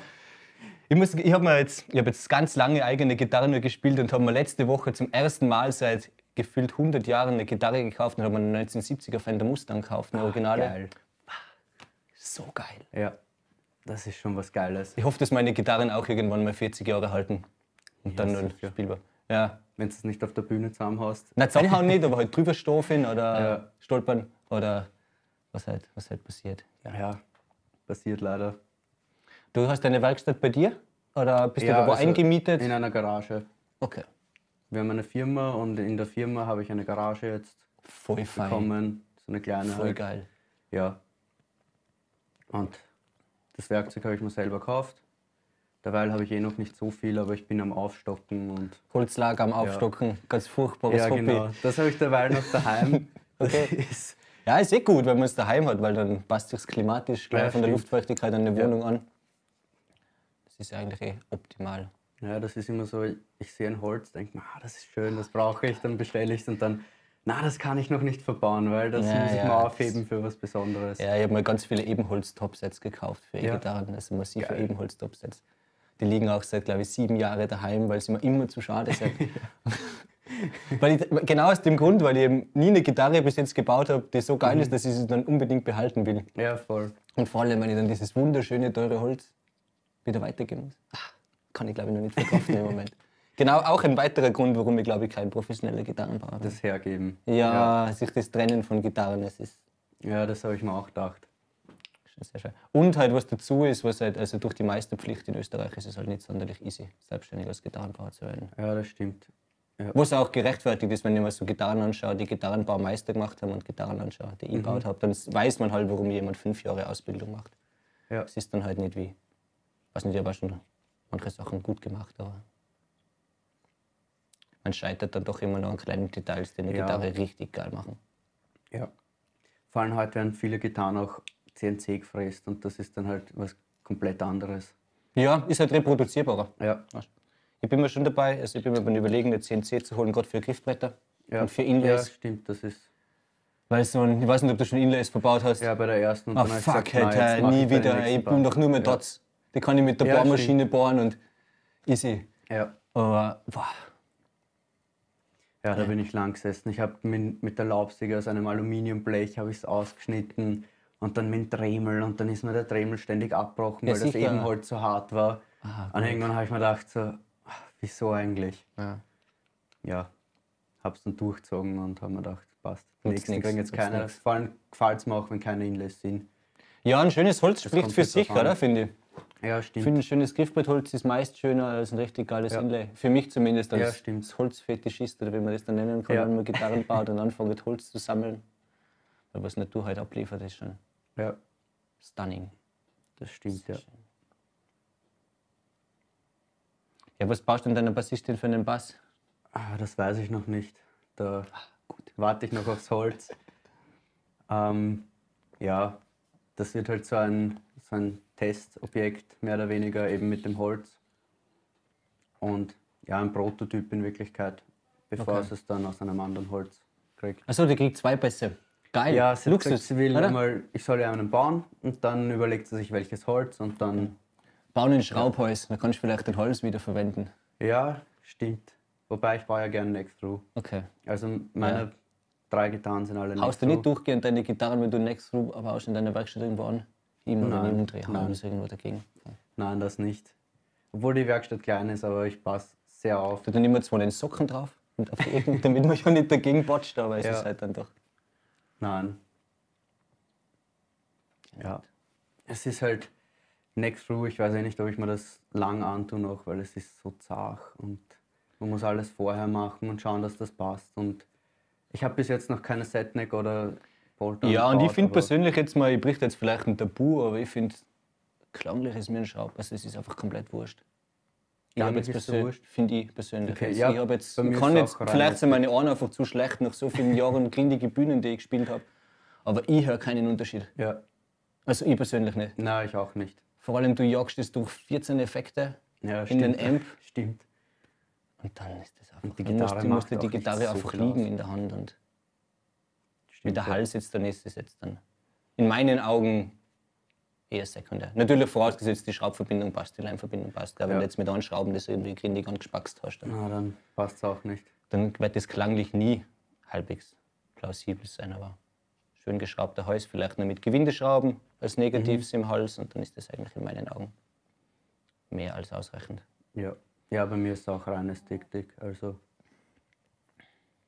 Speaker 1: Ich, muss- ich habe jetzt, ich hab jetzt ganz lange eigene Gitarre nur gespielt und habe mir letzte Woche zum ersten Mal seit gefühlt 100 Jahren eine Gitarre gekauft und habe mir eine 1970er Fender Mustang gekauft, eine originale.
Speaker 2: Ah, Geil.
Speaker 1: So geil.
Speaker 2: Ja, das ist schon was Geiles.
Speaker 1: Ich hoffe, dass meine Gitarren auch irgendwann mal 40 Jahre halten und dann nur
Speaker 2: sicher.
Speaker 1: spielbar. Ja.
Speaker 2: Wenn du es nicht auf der Bühne zusammenhaust.
Speaker 1: Na, zusammenhauen nicht, aber halt drüber stofen oder
Speaker 2: Ja.
Speaker 1: stolpern oder was halt, was halt passiert.
Speaker 2: Ja, passiert leider.
Speaker 1: Du hast deine Werkstatt bei dir? Oder bist
Speaker 2: Ja,
Speaker 1: du da wo
Speaker 2: also
Speaker 1: eingemietet?
Speaker 2: In einer Garage.
Speaker 1: Okay.
Speaker 2: Wir haben eine Firma und in der Firma habe ich eine Garage jetzt
Speaker 1: Voll fein.
Speaker 2: bekommen. So eine kleine.
Speaker 1: Voll
Speaker 2: halt.
Speaker 1: geil.
Speaker 2: Ja. Und das Werkzeug habe ich mir selber gekauft. Derweil habe ich eh noch nicht so viel, aber ich bin am Aufstocken und.
Speaker 1: Holzlager am Aufstocken, ganz furchtbares
Speaker 2: Ja,
Speaker 1: Hobby.
Speaker 2: genau. Das habe ich derweil noch daheim.
Speaker 1: Okay. Ja, ist eh gut, wenn man es daheim hat, weil dann passt sich's klimatisch gleich
Speaker 2: Ja,
Speaker 1: von der
Speaker 2: stimmt.
Speaker 1: Luftfeuchtigkeit an die Wohnung an. Das ist ja eigentlich eh optimal.
Speaker 2: Ja, das ist immer so, ich sehe ein Holz, denke mir, ah, das ist schön, das brauche ich, dann bestelle ich es und dann, na, das kann ich noch nicht verbauen, weil das
Speaker 1: Ja,
Speaker 2: muss ich
Speaker 1: ja,
Speaker 2: mal
Speaker 1: das-
Speaker 2: aufheben für was Besonderes.
Speaker 1: Ja, ich habe mal ganz viele Ebenholz-Topsets gekauft für
Speaker 2: Ja.
Speaker 1: E-Gitarren, also massive
Speaker 2: Geil.
Speaker 1: Ebenholz-Topsets. Die liegen auch seit, glaube ich, sieben Jahren daheim, weil sie mir immer zu schade sind. weil ich, genau aus dem Grund, weil ich eben nie eine Gitarre bis jetzt gebaut habe, die so
Speaker 2: Mhm.
Speaker 1: geil ist, dass ich sie dann unbedingt behalten will.
Speaker 2: Ja, voll.
Speaker 1: Und vor allem, wenn ich dann dieses wunderschöne, teure Holz wieder weitergeben muss. Ah, Kann ich, glaube ich, noch nicht verkaufen im Moment. Genau, auch ein weiterer Grund, warum ich, glaube ich, kein professioneller Gitarrenbauer bin.
Speaker 2: Das hergeben.
Speaker 1: Ja, sich das Trennen von Gitarren, das ist
Speaker 2: Ja, das habe ich mir auch gedacht.
Speaker 1: schon sehr schön. Und halt, was dazu ist, was halt, also durch die Meisterpflicht in Österreich ist es halt nicht sonderlich easy, selbstständig als Gitarrenbauer zu werden.
Speaker 2: Ja, das stimmt.
Speaker 1: Was auch gerechtfertigt ist, wenn ich mir so Gitarren anschaue, die Gitarrenbaumeister gemacht haben und Gitarren anschaue, die ich gebaut habe, dann weiß man halt, warum jemand fünf Jahre Ausbildung macht.
Speaker 2: Ja.
Speaker 1: Es ist dann halt nicht wie. Weiß nicht, ich habe auch schon manche Sachen gut gemacht, aber man scheitert dann doch immer noch an kleinen Details, die eine
Speaker 2: Ja.
Speaker 1: Gitarre richtig geil machen.
Speaker 2: Ja. Vor allem heute werden viele Gitarren auch CNC gefräst und das ist dann halt was komplett anderes.
Speaker 1: Ja, ist halt reproduzierbarer.
Speaker 2: Ja.
Speaker 1: Ich bin mir schon dabei, also ich bin mir beim Überlegen, eine CNC zu holen, gerade für Griffbretter
Speaker 2: Ja,
Speaker 1: und für
Speaker 2: ja
Speaker 1: Inlays.
Speaker 2: stimmt, das ist.
Speaker 1: Weil so ein, ich weiß nicht, ob du schon Inlays verbaut hast.
Speaker 2: Ja, bei der ersten und
Speaker 1: Ah,
Speaker 2: hab ich
Speaker 1: fuck,
Speaker 2: gesagt, na, jetzt
Speaker 1: hätte
Speaker 2: mach
Speaker 1: nie
Speaker 2: ich bei den
Speaker 1: wieder.
Speaker 2: nächsten
Speaker 1: Ich bin
Speaker 2: paar.
Speaker 1: doch nur mehr Dots. Die kann ich mit der
Speaker 2: Ja,
Speaker 1: Bohrmaschine bohren und easy.
Speaker 2: Ja.
Speaker 1: Aber, boah,
Speaker 2: Ja, da bin ich lang gesessen. Ich habe mit, mit der Laubsäge aus einem Aluminiumblech habe ich es ausgeschnitten und dann mit dem Dremel und dann ist mir der Dremel ständig abgebrochen,
Speaker 1: Ja,
Speaker 2: weil das
Speaker 1: sicher.
Speaker 2: Ebenholz zu hart war. und irgendwann habe ich mir gedacht, so, "Ah, wieso eigentlich?
Speaker 1: Ja.
Speaker 2: Ja, habe es dann durchgezogen und habe mir gedacht, passt.
Speaker 1: Nutzt
Speaker 2: Nächsten
Speaker 1: nix,
Speaker 2: kriegen jetzt
Speaker 1: nutzt
Speaker 2: keine.
Speaker 1: nix.
Speaker 2: Vor allem gefällt es mir auch, wenn keine Inlays sind.
Speaker 1: ja, ein schönes Holz spricht
Speaker 2: kommt
Speaker 1: für
Speaker 2: jetzt
Speaker 1: sich,
Speaker 2: drauf an.
Speaker 1: oder? Finde ich.
Speaker 2: Ja,
Speaker 1: Ich
Speaker 2: stimmt.
Speaker 1: finde, ein schönes Griffbrettholz ist meist schöner als ein richtig geiles Inlay. Für mich zumindest als
Speaker 2: Ja, stimmt.
Speaker 1: Holzfetischist, oder wie man das dann nennen kann,
Speaker 2: Ja.
Speaker 1: wenn man Gitarren baut und anfängt, Holz zu sammeln. Weil was Natur halt abliefert, ist schon
Speaker 2: Ja,
Speaker 1: stunning.
Speaker 2: das stimmt, ja.
Speaker 1: Ja, was baust denn deiner Bassistin für einen Bass?
Speaker 2: Ah, das weiß ich noch nicht. Da
Speaker 1: Ah,
Speaker 2: warte ich noch aufs Holz. ähm, ja, das wird halt so ein, so ein Testobjekt, mehr oder weniger eben mit dem Holz. Und ja, ein Prototyp in Wirklichkeit, bevor
Speaker 1: Okay.
Speaker 2: es es dann aus einem anderen Holz kriegt.
Speaker 1: Achso, die kriegt zwei Bässe. Geil.
Speaker 2: Ja, sie, hat gesagt,
Speaker 1: Luxus.
Speaker 2: sie will
Speaker 1: oder?
Speaker 2: einmal, ich soll ihr einen bauen und dann überlegt sie sich, welches Holz und dann,
Speaker 1: Bauen ein Schraubholz, dann kannst du vielleicht den Holz wieder verwenden.
Speaker 2: ja, stimmt. Wobei ich baue ja gerne Next Through.
Speaker 1: Okay.
Speaker 2: Also meine drei Gitarren sind alle
Speaker 1: Haust du nicht durchgehend deine Gitarren, wenn du Next Room aber auch in deiner Werkstatt irgendwo an? Immer oder
Speaker 2: Nein,
Speaker 1: neben Dreh haben
Speaker 2: nein.
Speaker 1: ist irgendwo dagegen.
Speaker 2: Nein, das nicht. Obwohl die Werkstatt klein ist, aber ich passe sehr auf.
Speaker 1: Du dann immer zwar den Socken drauf und auf die Ecken, damit man ja nicht dagegen botscht, aber es
Speaker 2: Ja.
Speaker 1: ist halt dann doch.
Speaker 2: Nein. Ja. Es ist halt next through. Ich weiß eh nicht, ob ich mir das lang antue noch, weil es ist so zart und man muss alles vorher machen und schauen, dass das passt. Und ich habe bis jetzt noch keine Setneck oder Bolter.
Speaker 1: Ja, und ich
Speaker 2: gebaut,
Speaker 1: finde
Speaker 2: aber-
Speaker 1: persönlich jetzt mal, ich bricht jetzt vielleicht ein Tabu, aber ich finde, klanglich ist mir ein Schraub, also es ist einfach komplett wurscht. Ich habe
Speaker 2: Klanglich
Speaker 1: jetzt
Speaker 2: ist so
Speaker 1: persönlich,
Speaker 2: wurscht?
Speaker 1: finde ich persönlich.
Speaker 2: Okay,
Speaker 1: jetzt,
Speaker 2: ja,
Speaker 1: ich hab jetzt,
Speaker 2: bei mir
Speaker 1: kann
Speaker 2: ist
Speaker 1: jetzt,
Speaker 2: auch rein
Speaker 1: vielleicht sind meine Ohren einfach zu schlecht nach so vielen Jahren grindige Bühnen, die ich gespielt habe, aber ich höre keinen Unterschied.
Speaker 2: Ja,
Speaker 1: Also ich persönlich nicht.
Speaker 2: nein, ich auch nicht.
Speaker 1: Vor allem, du jagst es durch 14 Effekte
Speaker 2: Ja,
Speaker 1: in den Amp
Speaker 2: Stimmt.
Speaker 1: und dann ist das einfach.
Speaker 2: die
Speaker 1: dann musst-
Speaker 2: Gitarre
Speaker 1: du musst
Speaker 2: macht
Speaker 1: die
Speaker 2: auch nicht
Speaker 1: Gitarre
Speaker 2: so
Speaker 1: einfach
Speaker 2: viel
Speaker 1: liegen
Speaker 2: aus.
Speaker 1: in der Hand und wie
Speaker 2: Stimmt,
Speaker 1: der
Speaker 2: ja.
Speaker 1: Hals jetzt dann ist, ist jetzt dann in meinen Augen eher sekundär. Natürlich vorausgesetzt, die Schraubverbindung passt, die Leimverbindung passt. Aber wenn
Speaker 2: Ja.
Speaker 1: du jetzt mit Anschrauben das irgendwie grindig angespackst hast, dann,
Speaker 2: Na, dann passt es auch nicht.
Speaker 1: dann wird das klanglich nie halbwegs plausibel sein. Aber schön geschraubter Hals, vielleicht nur mit Gewindeschrauben als Negatives
Speaker 2: Mhm.
Speaker 1: im Hals und dann ist das eigentlich in meinen Augen mehr als ausreichend.
Speaker 2: Ja. ja, bei mir ist auch reines Dick-Dick. Also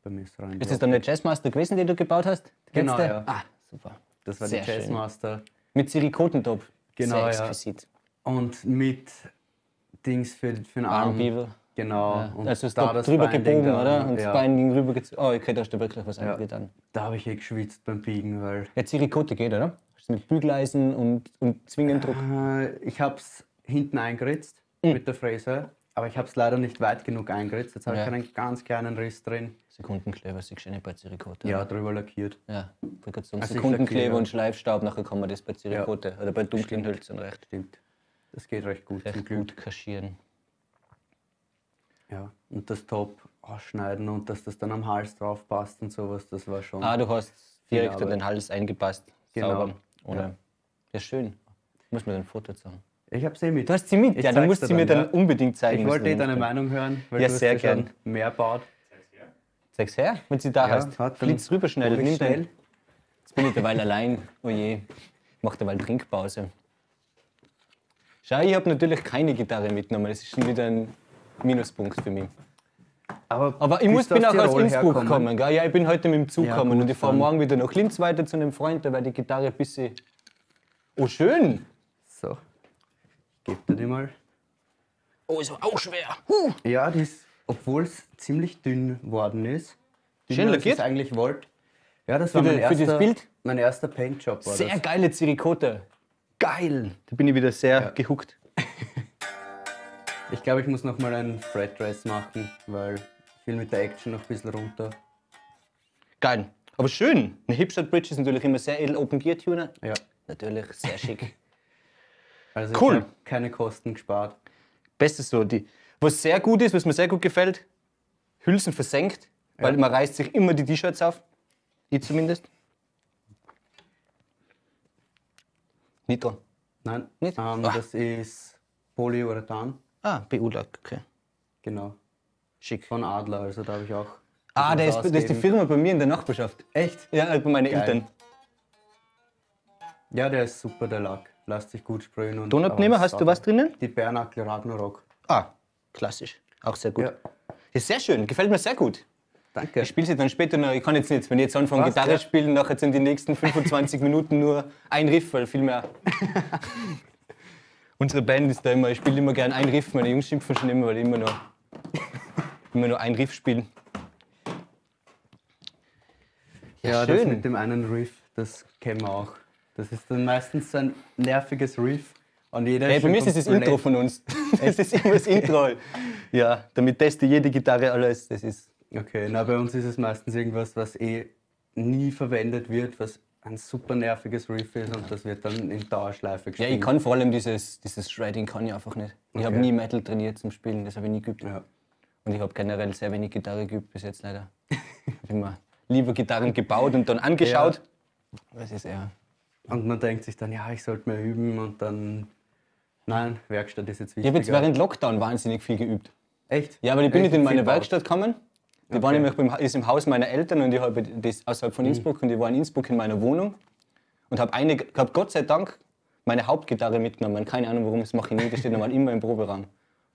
Speaker 2: bei mir ist rein.
Speaker 1: Ist
Speaker 2: ja.
Speaker 1: das dann der Jazzmaster gewesen, den du gebaut hast? Die
Speaker 2: Genau,
Speaker 1: letzte?
Speaker 2: ja.
Speaker 1: Ah, super.
Speaker 2: Das war
Speaker 1: Sehr
Speaker 2: die
Speaker 1: schön.
Speaker 2: Jazzmaster.
Speaker 1: Mit Sirikotentop.
Speaker 2: Genau,
Speaker 1: Sehr
Speaker 2: ja.
Speaker 1: exquisit.
Speaker 2: Und mit Dings für, für den Arm.
Speaker 1: Armbevel.
Speaker 2: Genau.
Speaker 1: Ja. Also ist
Speaker 2: da
Speaker 1: da
Speaker 2: das
Speaker 1: drüber
Speaker 2: Bein
Speaker 1: gebogen,
Speaker 2: da-
Speaker 1: oder? Und
Speaker 2: ja.
Speaker 1: das Bein ging rüber gezogen. Oh, okay, da hast du wirklich was
Speaker 2: Ja.
Speaker 1: angetan.
Speaker 2: Da habe ich eh geschwitzt beim Biegen, weil
Speaker 1: Ja, Sirikote geht, oder? Hast du Mit Bügeleisen und, und Zwingendruck.
Speaker 2: äh, ich habe es hinten eingeritzt
Speaker 1: Hm.
Speaker 2: mit der Fräse, aber ich habe es leider nicht weit genug eingeritzt. Jetzt habe
Speaker 1: Ja.
Speaker 2: ich einen ganz kleinen Riss drin.
Speaker 1: Sekundenkleber, sich schöne bei Ziricote.
Speaker 2: Ja, drüber lackiert.
Speaker 1: Ja, ich wollte gerade sagen,
Speaker 2: Also ich lackiere.
Speaker 1: Sekundenkleber und Schleifstaub, nachher kann man das bei Ziricote oder bei dunklen Hölzern recht,
Speaker 2: Stimmt. Das geht recht gut zum
Speaker 1: recht
Speaker 2: Glück.
Speaker 1: gut kaschieren.
Speaker 2: Ja. Und das Top ausschneiden und dass das dann am Hals drauf passt und sowas, das war schon.
Speaker 1: Ah, du hast
Speaker 2: Viel
Speaker 1: direkt an
Speaker 2: Arbeit.
Speaker 1: den Hals eingepasst.
Speaker 2: Genau.
Speaker 1: Sauber. Oder? Ja.
Speaker 2: Ja.
Speaker 1: schön. Muss mir dein Foto zeigen.
Speaker 2: Ich habe sie mit.
Speaker 1: Du hast sie mit,
Speaker 2: Ich
Speaker 1: ja, dann
Speaker 2: zeig's
Speaker 1: musst
Speaker 2: dir
Speaker 1: du mir
Speaker 2: dann,
Speaker 1: dann
Speaker 2: ja.
Speaker 1: unbedingt zeigen.
Speaker 2: ich
Speaker 1: was
Speaker 2: wollte
Speaker 1: du
Speaker 2: eh deine
Speaker 1: gemacht hast.
Speaker 2: Meinung hören, weil
Speaker 1: Ja,
Speaker 2: du hast
Speaker 1: sehr
Speaker 2: ja schon
Speaker 1: gern.
Speaker 2: mehr baut.
Speaker 1: Zeig's her, wenn sie da
Speaker 2: Ja,
Speaker 1: hast.
Speaker 2: hat dann-
Speaker 1: Flitz rüber schnell.
Speaker 2: Mach ich
Speaker 1: Nimm dein-
Speaker 2: schnell.
Speaker 1: Jetzt bin ich derweil allein. Oh je. Ich mache derweil Trinkpause. Schau, ich habe natürlich keine Gitarre mitgenommen. Das ist schon wieder ein Minuspunkt für mich.
Speaker 2: Aber,
Speaker 1: Aber ich
Speaker 2: bist
Speaker 1: muss,
Speaker 2: du
Speaker 1: bin auch aus
Speaker 2: Tirol
Speaker 1: Innsbruck
Speaker 2: herkommen?
Speaker 1: gekommen. Gell? Ja, ich bin heute mit dem Zug
Speaker 2: Ja,
Speaker 1: gekommen
Speaker 2: gut,
Speaker 1: und ich fahre
Speaker 2: dann.
Speaker 1: morgen wieder nach Linz weiter zu einem Freund, da war die Gitarre ein bisschen. Oh, schön!
Speaker 2: So. Gebt dir die mal.
Speaker 1: Oh, ist auch schwer.
Speaker 2: Ja, die ist, obwohl es ziemlich dünn worden ist. Dünner,
Speaker 1: Schön
Speaker 2: als ich
Speaker 1: lackiert.
Speaker 2: es eigentlich wollt. Ja, das war
Speaker 1: die-
Speaker 2: mein
Speaker 1: für
Speaker 2: erster,
Speaker 1: das Bild?
Speaker 2: Mein erster Paintjob war
Speaker 1: Sehr
Speaker 2: das.
Speaker 1: geile Zirikote. Geil! Da bin ich wieder sehr gehuckt.
Speaker 2: Ich glaube, ich muss noch mal einen Fred Dress machen, weil ich will mit der Action noch ein bisschen runter.
Speaker 1: Geil. Aber schön. Eine Hipstadt Bridge ist natürlich immer sehr edel. Open Gear Tuner.
Speaker 2: Ja.
Speaker 1: Natürlich sehr schick.
Speaker 2: Also
Speaker 1: Cool.
Speaker 2: ich habe keine Kosten gespart.
Speaker 1: Bestes so. Die, was sehr gut ist, was mir sehr gut gefällt, Hülsen versenkt, weil man reißt sich immer die T-Shirts auf. Ich zumindest. Nitro.
Speaker 2: Nein,
Speaker 1: Nicht?
Speaker 2: Ähm,
Speaker 1: Ah.
Speaker 2: das ist Polyurethan,
Speaker 1: Ah, BU-Lack, okay.
Speaker 2: genau,
Speaker 1: Schick.
Speaker 2: von Adler, also da habe ich auch
Speaker 1: Ah,
Speaker 2: was
Speaker 1: da ist, da ist die
Speaker 2: ausgeben.
Speaker 1: Firma bei mir in der Nachbarschaft.
Speaker 2: Echt?
Speaker 1: Ja, bei meinen
Speaker 2: Geil.
Speaker 1: Eltern.
Speaker 2: Ja, der ist super, der Lack. Lässt sich gut sprühen. Und
Speaker 1: Donutnehmer,
Speaker 2: aber
Speaker 1: hast du
Speaker 2: sauber.
Speaker 1: was drinnen?
Speaker 2: Die Bärnackel Ragnarok.
Speaker 1: Ah, klassisch. Auch sehr gut.
Speaker 2: Ja.
Speaker 1: Ist sehr schön, gefällt mir sehr gut.
Speaker 2: Danke.
Speaker 1: Ich spiele sie dann später noch. Ich kann jetzt nicht, wenn ich jetzt anfange,
Speaker 2: Was?
Speaker 1: Gitarre
Speaker 2: Ja.
Speaker 1: spielen, nachher sind die nächsten 25 Minuten nur ein Riff, weil viel mehr. Unsere Band ist da immer, ich spiele immer gern ein Riff. Meine Jungs schimpfen schon immer, weil ich immer nur, immer nur ein Riff spielen.
Speaker 2: Ja, das mit dem einen Riff, das kennen wir auch. Das ist dann meistens so ein nerviges Riff. Und jeder
Speaker 1: Hey, bei
Speaker 2: schon
Speaker 1: mir ist es das
Speaker 2: komplett-
Speaker 1: Intro von uns. Das ist immer das Intro. Ja, damit teste ich jede Gitarre alles. Das ist
Speaker 2: Okay, na, bei uns ist es meistens irgendwas, was eh nie verwendet wird, was ein super nerviges Riff ist und das wird dann in
Speaker 1: Ja,
Speaker 2: Dauerschleife gespielt.
Speaker 1: ich kann vor allem dieses, dieses Shredding kann ich einfach nicht. Ich habe
Speaker 2: Okay.
Speaker 1: nie Metal trainiert zum Spielen, das habe ich nie geübt.
Speaker 2: Ja.
Speaker 1: Und ich habe generell sehr wenig Gitarre geübt bis jetzt leider. ich habe immer lieber Gitarren gebaut und dann angeschaut. Das ist eher.
Speaker 2: Und man denkt sich dann, ja, ich sollte mehr üben und dann. Nein, Werkstatt ist jetzt
Speaker 1: Ich habe
Speaker 2: wichtiger.
Speaker 1: jetzt während Lockdown wahnsinnig viel geübt.
Speaker 2: Echt?
Speaker 1: Ja, aber ich bin
Speaker 2: Echt
Speaker 1: nicht in
Speaker 2: viel
Speaker 1: meine
Speaker 2: gebaut.
Speaker 1: Werkstatt gekommen. Die war nämlich beim, ist im Haus meiner Eltern und ich habe das außerhalb von Innsbruck und ich war in Innsbruck in meiner Wohnung und habe eine, hab Gott sei Dank meine Hauptgitarre mitgenommen. Keine Ahnung, warum das mache ich nie. Das steht normal immer im Proberaum. Und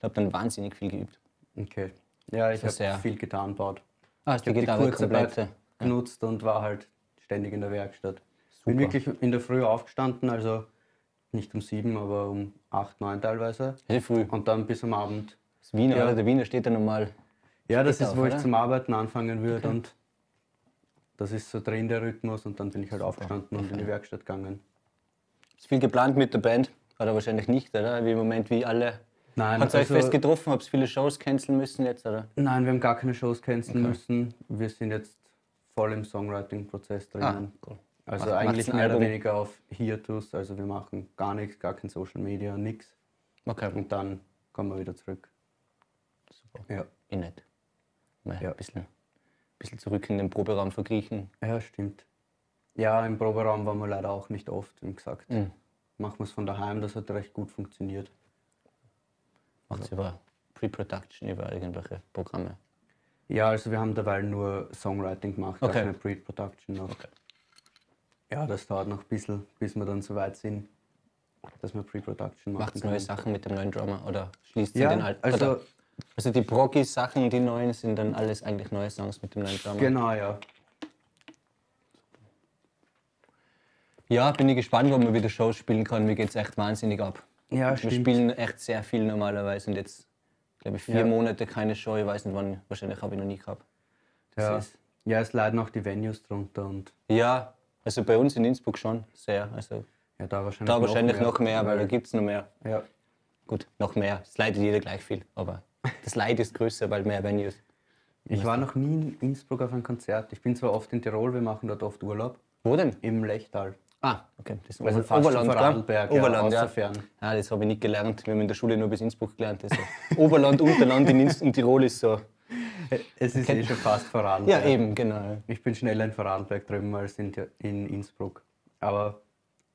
Speaker 1: habe dann wahnsinnig viel geübt.
Speaker 2: Okay. Ja, ich
Speaker 1: sehr.
Speaker 2: habe viel getan, baut.
Speaker 1: Ah, ist die
Speaker 2: die
Speaker 1: Gitarre
Speaker 2: Kurzarbeit
Speaker 1: komplett.
Speaker 2: genutzt und war halt ständig in der Werkstatt.
Speaker 1: Super.
Speaker 2: Bin wirklich in der Früh aufgestanden, also nicht um sieben, aber um acht, neun teilweise.
Speaker 1: Sehr früh.
Speaker 2: Und dann bis am Abend.
Speaker 1: Das Wiener,
Speaker 2: Ja.
Speaker 1: oder? Der Wiener steht da normal.
Speaker 2: Ja, das
Speaker 1: Geht
Speaker 2: ist,
Speaker 1: auch,
Speaker 2: wo
Speaker 1: oder?
Speaker 2: ich zum Arbeiten anfangen würde und das ist so drin der Rhythmus und dann bin ich halt aufgestanden und in die Werkstatt gegangen.
Speaker 1: Ist viel geplant mit der Band. Oder wahrscheinlich nicht, oder? Wie im Moment, wie alle.
Speaker 2: Nein,
Speaker 1: Habt ihr euch
Speaker 2: also,
Speaker 1: fest getroffen? Habt ihr viele Shows canceln müssen jetzt, oder?
Speaker 2: nein, wir haben gar keine Shows canceln müssen. Wir sind jetzt voll im Songwriting-Prozess drinnen.
Speaker 1: cool.
Speaker 2: Also
Speaker 1: Macht- macht's
Speaker 2: eigentlich
Speaker 1: ein
Speaker 2: mehr oder
Speaker 1: Album?
Speaker 2: weniger auf Hiatus. Also wir machen gar nichts, gar kein Social Media, nichts.
Speaker 1: Okay,
Speaker 2: Und dann kommen wir wieder zurück.
Speaker 1: super.
Speaker 2: Ja,
Speaker 1: Ich nicht. Mal
Speaker 2: Ja.
Speaker 1: ein bisschen, bisschen zurück in den Proberaum verkriechen.
Speaker 2: ja stimmt. Ja, im Proberaum waren wir leider auch nicht oft, wie gesagt.
Speaker 1: Mhm.
Speaker 2: Machen wir es von daheim, das hat recht gut funktioniert.
Speaker 1: Macht über Pre-Production, über irgendwelche Programme.
Speaker 2: Ja, also wir haben dabei nur Songwriting gemacht,
Speaker 1: Okay.
Speaker 2: gar keine Pre-Production noch. Ja, das dauert noch ein bisschen, bis wir dann so weit sind, dass wir Pre-Production machen.
Speaker 1: Macht
Speaker 2: können.
Speaker 1: neue Sachen mit dem neuen Drummer oder schließt ihr
Speaker 2: Ja,
Speaker 1: den alten?
Speaker 2: also
Speaker 1: oder, also die Proggy-Sachen, die neuen, sind dann alles eigentlich neue Songs mit dem neuen Drummer.
Speaker 2: genau, ja.
Speaker 1: Ja, bin ich gespannt, wann man wieder Shows spielen kann. Mir geht's echt wahnsinnig ab.
Speaker 2: Ja,
Speaker 1: wir
Speaker 2: stimmt.
Speaker 1: spielen echt sehr viel normalerweise und jetzt, glaube ich, vier
Speaker 2: Ja.
Speaker 1: Monate keine Show. Ich weiß nicht wann, wahrscheinlich habe ich noch nie gehabt. Das
Speaker 2: Ja.
Speaker 1: ist-
Speaker 2: ja, es leiden auch die Venues drunter und
Speaker 1: ja, also bei uns in Innsbruck schon sehr. Also
Speaker 2: ja, da wahrscheinlich,
Speaker 1: da wahrscheinlich noch mehr, weil da
Speaker 2: weil,
Speaker 1: gibt's noch mehr.
Speaker 2: ja,
Speaker 1: gut, noch mehr. Es leidet jeder gleich viel, aber das Leid ist größer, weil mehr Venues.
Speaker 2: Ich war noch nie in Innsbruck auf einem Konzert. Ich bin zwar oft in Tirol, wir machen dort oft Urlaub.
Speaker 1: Wo denn?
Speaker 2: Im Lechtal.
Speaker 1: Ah, okay. Das ist
Speaker 2: Also
Speaker 1: Ober-
Speaker 2: fast schon
Speaker 1: Oberland,
Speaker 2: Vorarlberg,
Speaker 1: gell? Oberland,
Speaker 2: ja,
Speaker 1: ja.
Speaker 2: außerfern.
Speaker 1: Ah, das habe ich nicht gelernt. Wir haben in der Schule nur bis Innsbruck gelernt. Also Oberland, Unterland in, Inns in Tirol ist so.
Speaker 2: Es ist eh schon fast
Speaker 1: Ja,
Speaker 2: Vorarlberg.
Speaker 1: eben, genau.
Speaker 2: Ich bin schneller in Vorarlberg drüben als in, Tir- in Innsbruck. Aber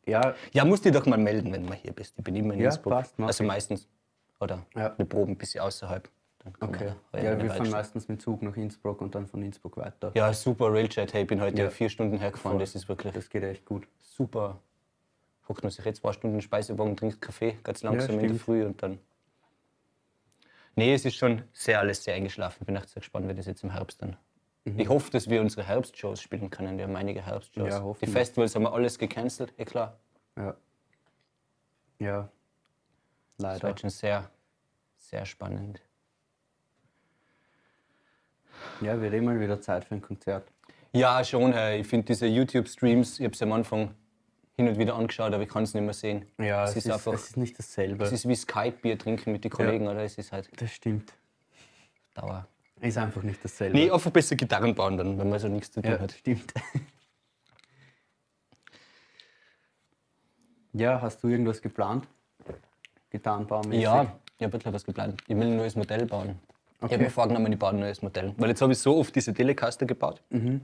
Speaker 2: ja,
Speaker 1: Ja, musst dich doch mal melden, wenn du mal hier bist. Ich bin immer in
Speaker 2: Ja,
Speaker 1: Innsbruck.
Speaker 2: passt, mach
Speaker 1: also meistens. Oder
Speaker 2: Ja.
Speaker 1: wir proben ein bisschen außerhalb. Dann kommen
Speaker 2: okay.
Speaker 1: wir
Speaker 2: Ja,
Speaker 1: in die
Speaker 2: wir fahren
Speaker 1: Waldstadt.
Speaker 2: meistens mit Zug nach Innsbruck und dann von Innsbruck weiter.
Speaker 1: ja, super Railchat. Hey, ich bin heute
Speaker 2: Ja.
Speaker 1: vier Stunden hergefahren. Das ist wirklich
Speaker 2: Das geht echt gut.
Speaker 1: super. Hockt man sich jetzt zwei Stunden in den Speisewagen, trinkt Kaffee, ganz langsam in der
Speaker 2: stimmt.
Speaker 1: Früh und dann. Nee, es ist schon sehr alles sehr eingeschlafen. Ich bin echt sehr gespannt, wie das jetzt im Herbst dann.
Speaker 2: Mhm.
Speaker 1: Ich hoffe, dass wir unsere Herbstshows spielen können. Wir haben einige Herbstshows.
Speaker 2: Ja, hoffen
Speaker 1: Die
Speaker 2: wir.
Speaker 1: Festivals haben wir alles gecancelt, eh klar.
Speaker 2: Ja. Ja.
Speaker 1: Das war
Speaker 2: Leider.
Speaker 1: jetzt schon sehr, sehr spannend.
Speaker 2: Ja, wird immer wieder Zeit für ein Konzert.
Speaker 1: Ja, schon, hey. ich finde diese YouTube-Streams, ich habe es am Anfang hin und wieder angeschaut, aber ich kann es nicht mehr sehen. es, ist, einfach,
Speaker 2: es ist nicht dasselbe.
Speaker 1: es ist wie Skype-Bier trinken mit den Kollegen, oder? Es ist halt
Speaker 2: das stimmt.
Speaker 1: Dauer.
Speaker 2: Ist einfach nicht dasselbe.
Speaker 1: Nee, einfach besser Gitarren bauen dann, wenn man so nichts zu tun
Speaker 2: ja,
Speaker 1: hat.
Speaker 2: stimmt. ja, hast du irgendwas geplant? Gitarrenbaumäßig?
Speaker 1: Ja, ich habe etwas geplant. Ich will ein neues Modell bauen. Ich habe
Speaker 2: Okay.
Speaker 1: mir vorgenommen, ich baue ein neues Modell. Weil jetzt habe ich so oft diese Telecaster gebaut.
Speaker 2: Mhm.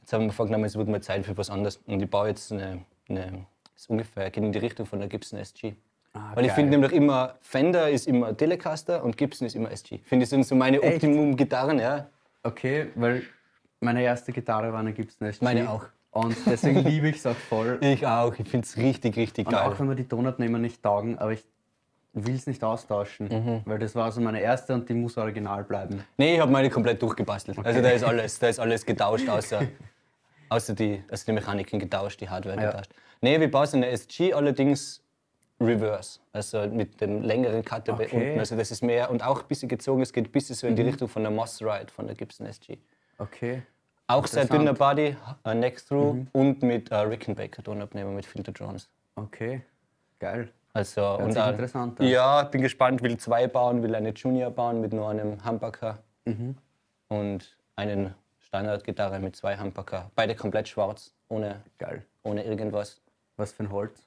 Speaker 1: Jetzt habe ich mir vorgenommen, es wird mal Zeit für was anderes. Und ich baue jetzt eine, eine ist ungefähr, geht in die Richtung von der Gibson SG.
Speaker 2: Ah,
Speaker 1: Weil ich
Speaker 2: geil.
Speaker 1: finde nämlich immer, Fender ist immer Telecaster und Gibson ist immer SG. Finde ich sind so meine
Speaker 2: Echt?
Speaker 1: Optimum-Gitarren, ja.
Speaker 2: Okay, weil meine erste Gitarre war eine Gibson SG.
Speaker 1: Meine auch.
Speaker 2: Und deswegen liebe ich es auch voll.
Speaker 1: Ich auch, ich finde es richtig, richtig
Speaker 2: Und
Speaker 1: geil.
Speaker 2: auch wenn mir die Tonabnehmer nicht taugen, aber ich will es nicht austauschen,
Speaker 1: Mhm.
Speaker 2: weil das war so meine erste und die muss original bleiben.
Speaker 1: Nee, ich habe meine komplett durchgebastelt. Also da ist alles, da ist alles getauscht, außer, außer die, also die Mechaniken getauscht, die Hardware
Speaker 2: Ja.
Speaker 1: getauscht. Nee, wir bauen so eine SG allerdings reverse, also mit dem längeren Cutter bei
Speaker 2: Okay. Mhm.
Speaker 1: unten. Also das ist mehr und auch ein bisschen gezogen, es geht ein bisschen so in die Richtung von der Moss Ride von der Gibson SG.
Speaker 2: Okay.
Speaker 1: Auch sehr
Speaker 2: Interessant. Mhm.
Speaker 1: dünner Body, äh, Neck Through und mit äh, Rickenbacker Tonabnehmer mit Filter Drums.
Speaker 2: Okay. Geil.
Speaker 1: Also
Speaker 2: Hört
Speaker 1: und
Speaker 2: sich
Speaker 1: auch-
Speaker 2: interessant an.
Speaker 1: Ja, bin gespannt. Will zwei bauen, will eine Junior bauen mit nur einem Humbucker und einen Standardgitarre mit zwei Humbucker. Beide komplett schwarz, ohne,
Speaker 2: Geil.
Speaker 1: ohne irgendwas.
Speaker 2: Was für ein Holz?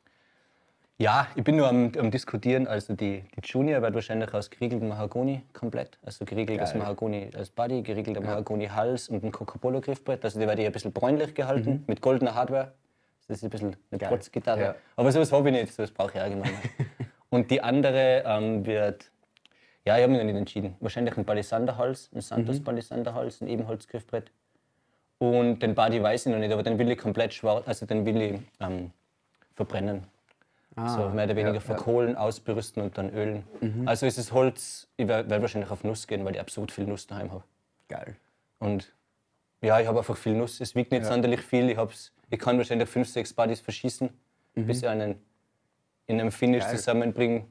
Speaker 1: Ja, ich bin nur am, am diskutieren. Also die, die Junior wird wahrscheinlich aus geriegeltem Mahagoni komplett. Also geriegeltes
Speaker 2: Geil.
Speaker 1: Mahagoni als Body, geriegelter Mahagoni-Hals und ein Coca-Cola-Griffbrett. Also die werde ich ein bisschen bräunlich gehalten, mit goldener Hardware. Das ist ein bisschen eine
Speaker 2: Geil.
Speaker 1: Protzgitarre.
Speaker 2: Ja.
Speaker 1: Aber sowas habe ich nicht, sowas brauche ich allgemein nicht. und die andere ähm, wird, ja, ich habe mich noch nicht entschieden. Wahrscheinlich ein Palisander-Hals, ein santos palisander hals ein Ebenholzgriffbrett. Und den Body weiß ich noch nicht, aber den will ich komplett schwarz, also den will ich ähm, verbrennen. so mehr oder weniger verkohlen, ausbürsten und dann ölen. Also es ist Holz, ich werde wahrscheinlich auf Nuss gehen, weil ich absolut viel Nuss daheim habe.
Speaker 2: Geil.
Speaker 1: Und ja, ich habe einfach viel Nuss. Es wiegt nicht sonderlich viel. Ich, hab's, ich kann wahrscheinlich fünf, sechs Buddies verschießen, bis ich einen in einem Finish
Speaker 2: Mhm. Geil.
Speaker 1: zusammenbringe.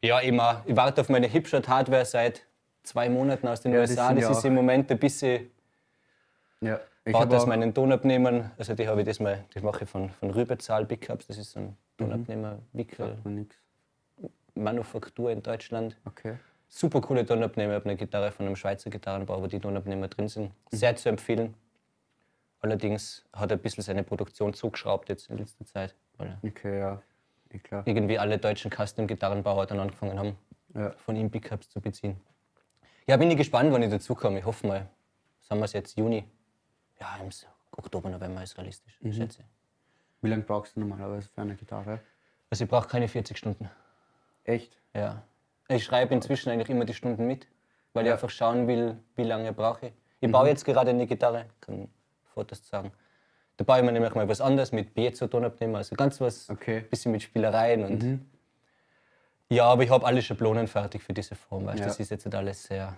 Speaker 1: Ja, immer. Ich warte auf meine Hipshot Hardware seit zwei Monaten aus den
Speaker 2: Ja, das
Speaker 1: USA.
Speaker 2: sind
Speaker 1: Das,
Speaker 2: ja
Speaker 1: ist im Moment ein bisschen.
Speaker 2: Ja. Ich
Speaker 1: Ich
Speaker 2: habe
Speaker 1: aus
Speaker 2: auch,
Speaker 1: meinen Tonabnehmern. Also die habe ich das mal, die mache ich von, von Rübezahl Pickups. Das ist so
Speaker 2: Mhm.
Speaker 1: ein Tonabnehmer Wickel
Speaker 2: Sagt mir nix.
Speaker 1: Manufaktur in Deutschland.
Speaker 2: Okay.
Speaker 1: Super coole Tonabnehmer. Ich habe eine Gitarre von einem Schweizer Gitarrenbauer, wo die Tonabnehmer drin sind. Sehr zu empfehlen. Allerdings hat er ein bisschen seine Produktion zugeschraubt jetzt in letzter Zeit, weil
Speaker 2: Okay, ja. Eh klar.
Speaker 1: irgendwie alle deutschen Custom-Gitarrenbauer dann angefangen haben,
Speaker 2: Ja.
Speaker 1: von ihm Pickups zu beziehen. Ja, bin ich gespannt, wann ich dazukomme. Ich hoffe mal. Sagen wir es jetzt, Juni. Ja, im S- Oktober, November ist realistisch, schätze ich.
Speaker 2: Wie lange brauchst du normalerweise für eine Gitarre?
Speaker 1: Also ich brauche keine 40 Stunden.
Speaker 2: Echt?
Speaker 1: Ja. Ich schreibe inzwischen eigentlich immer die Stunden mit, weil ich einfach schauen will, wie lange brauche ich.
Speaker 2: Mhm.
Speaker 1: Ich baue jetzt gerade eine Gitarre, kann Fotos zeigen. Da baue ich mir nämlich mal was anderes mit Piezo-Tonabnehmer, also ganz was,
Speaker 2: Okay. Mhm.
Speaker 1: bisschen mit Spielereien und. Ja, aber ich habe alle Schablonen fertig für diese Form, weißt du,
Speaker 2: Ja.
Speaker 1: das ist jetzt nicht alles sehr.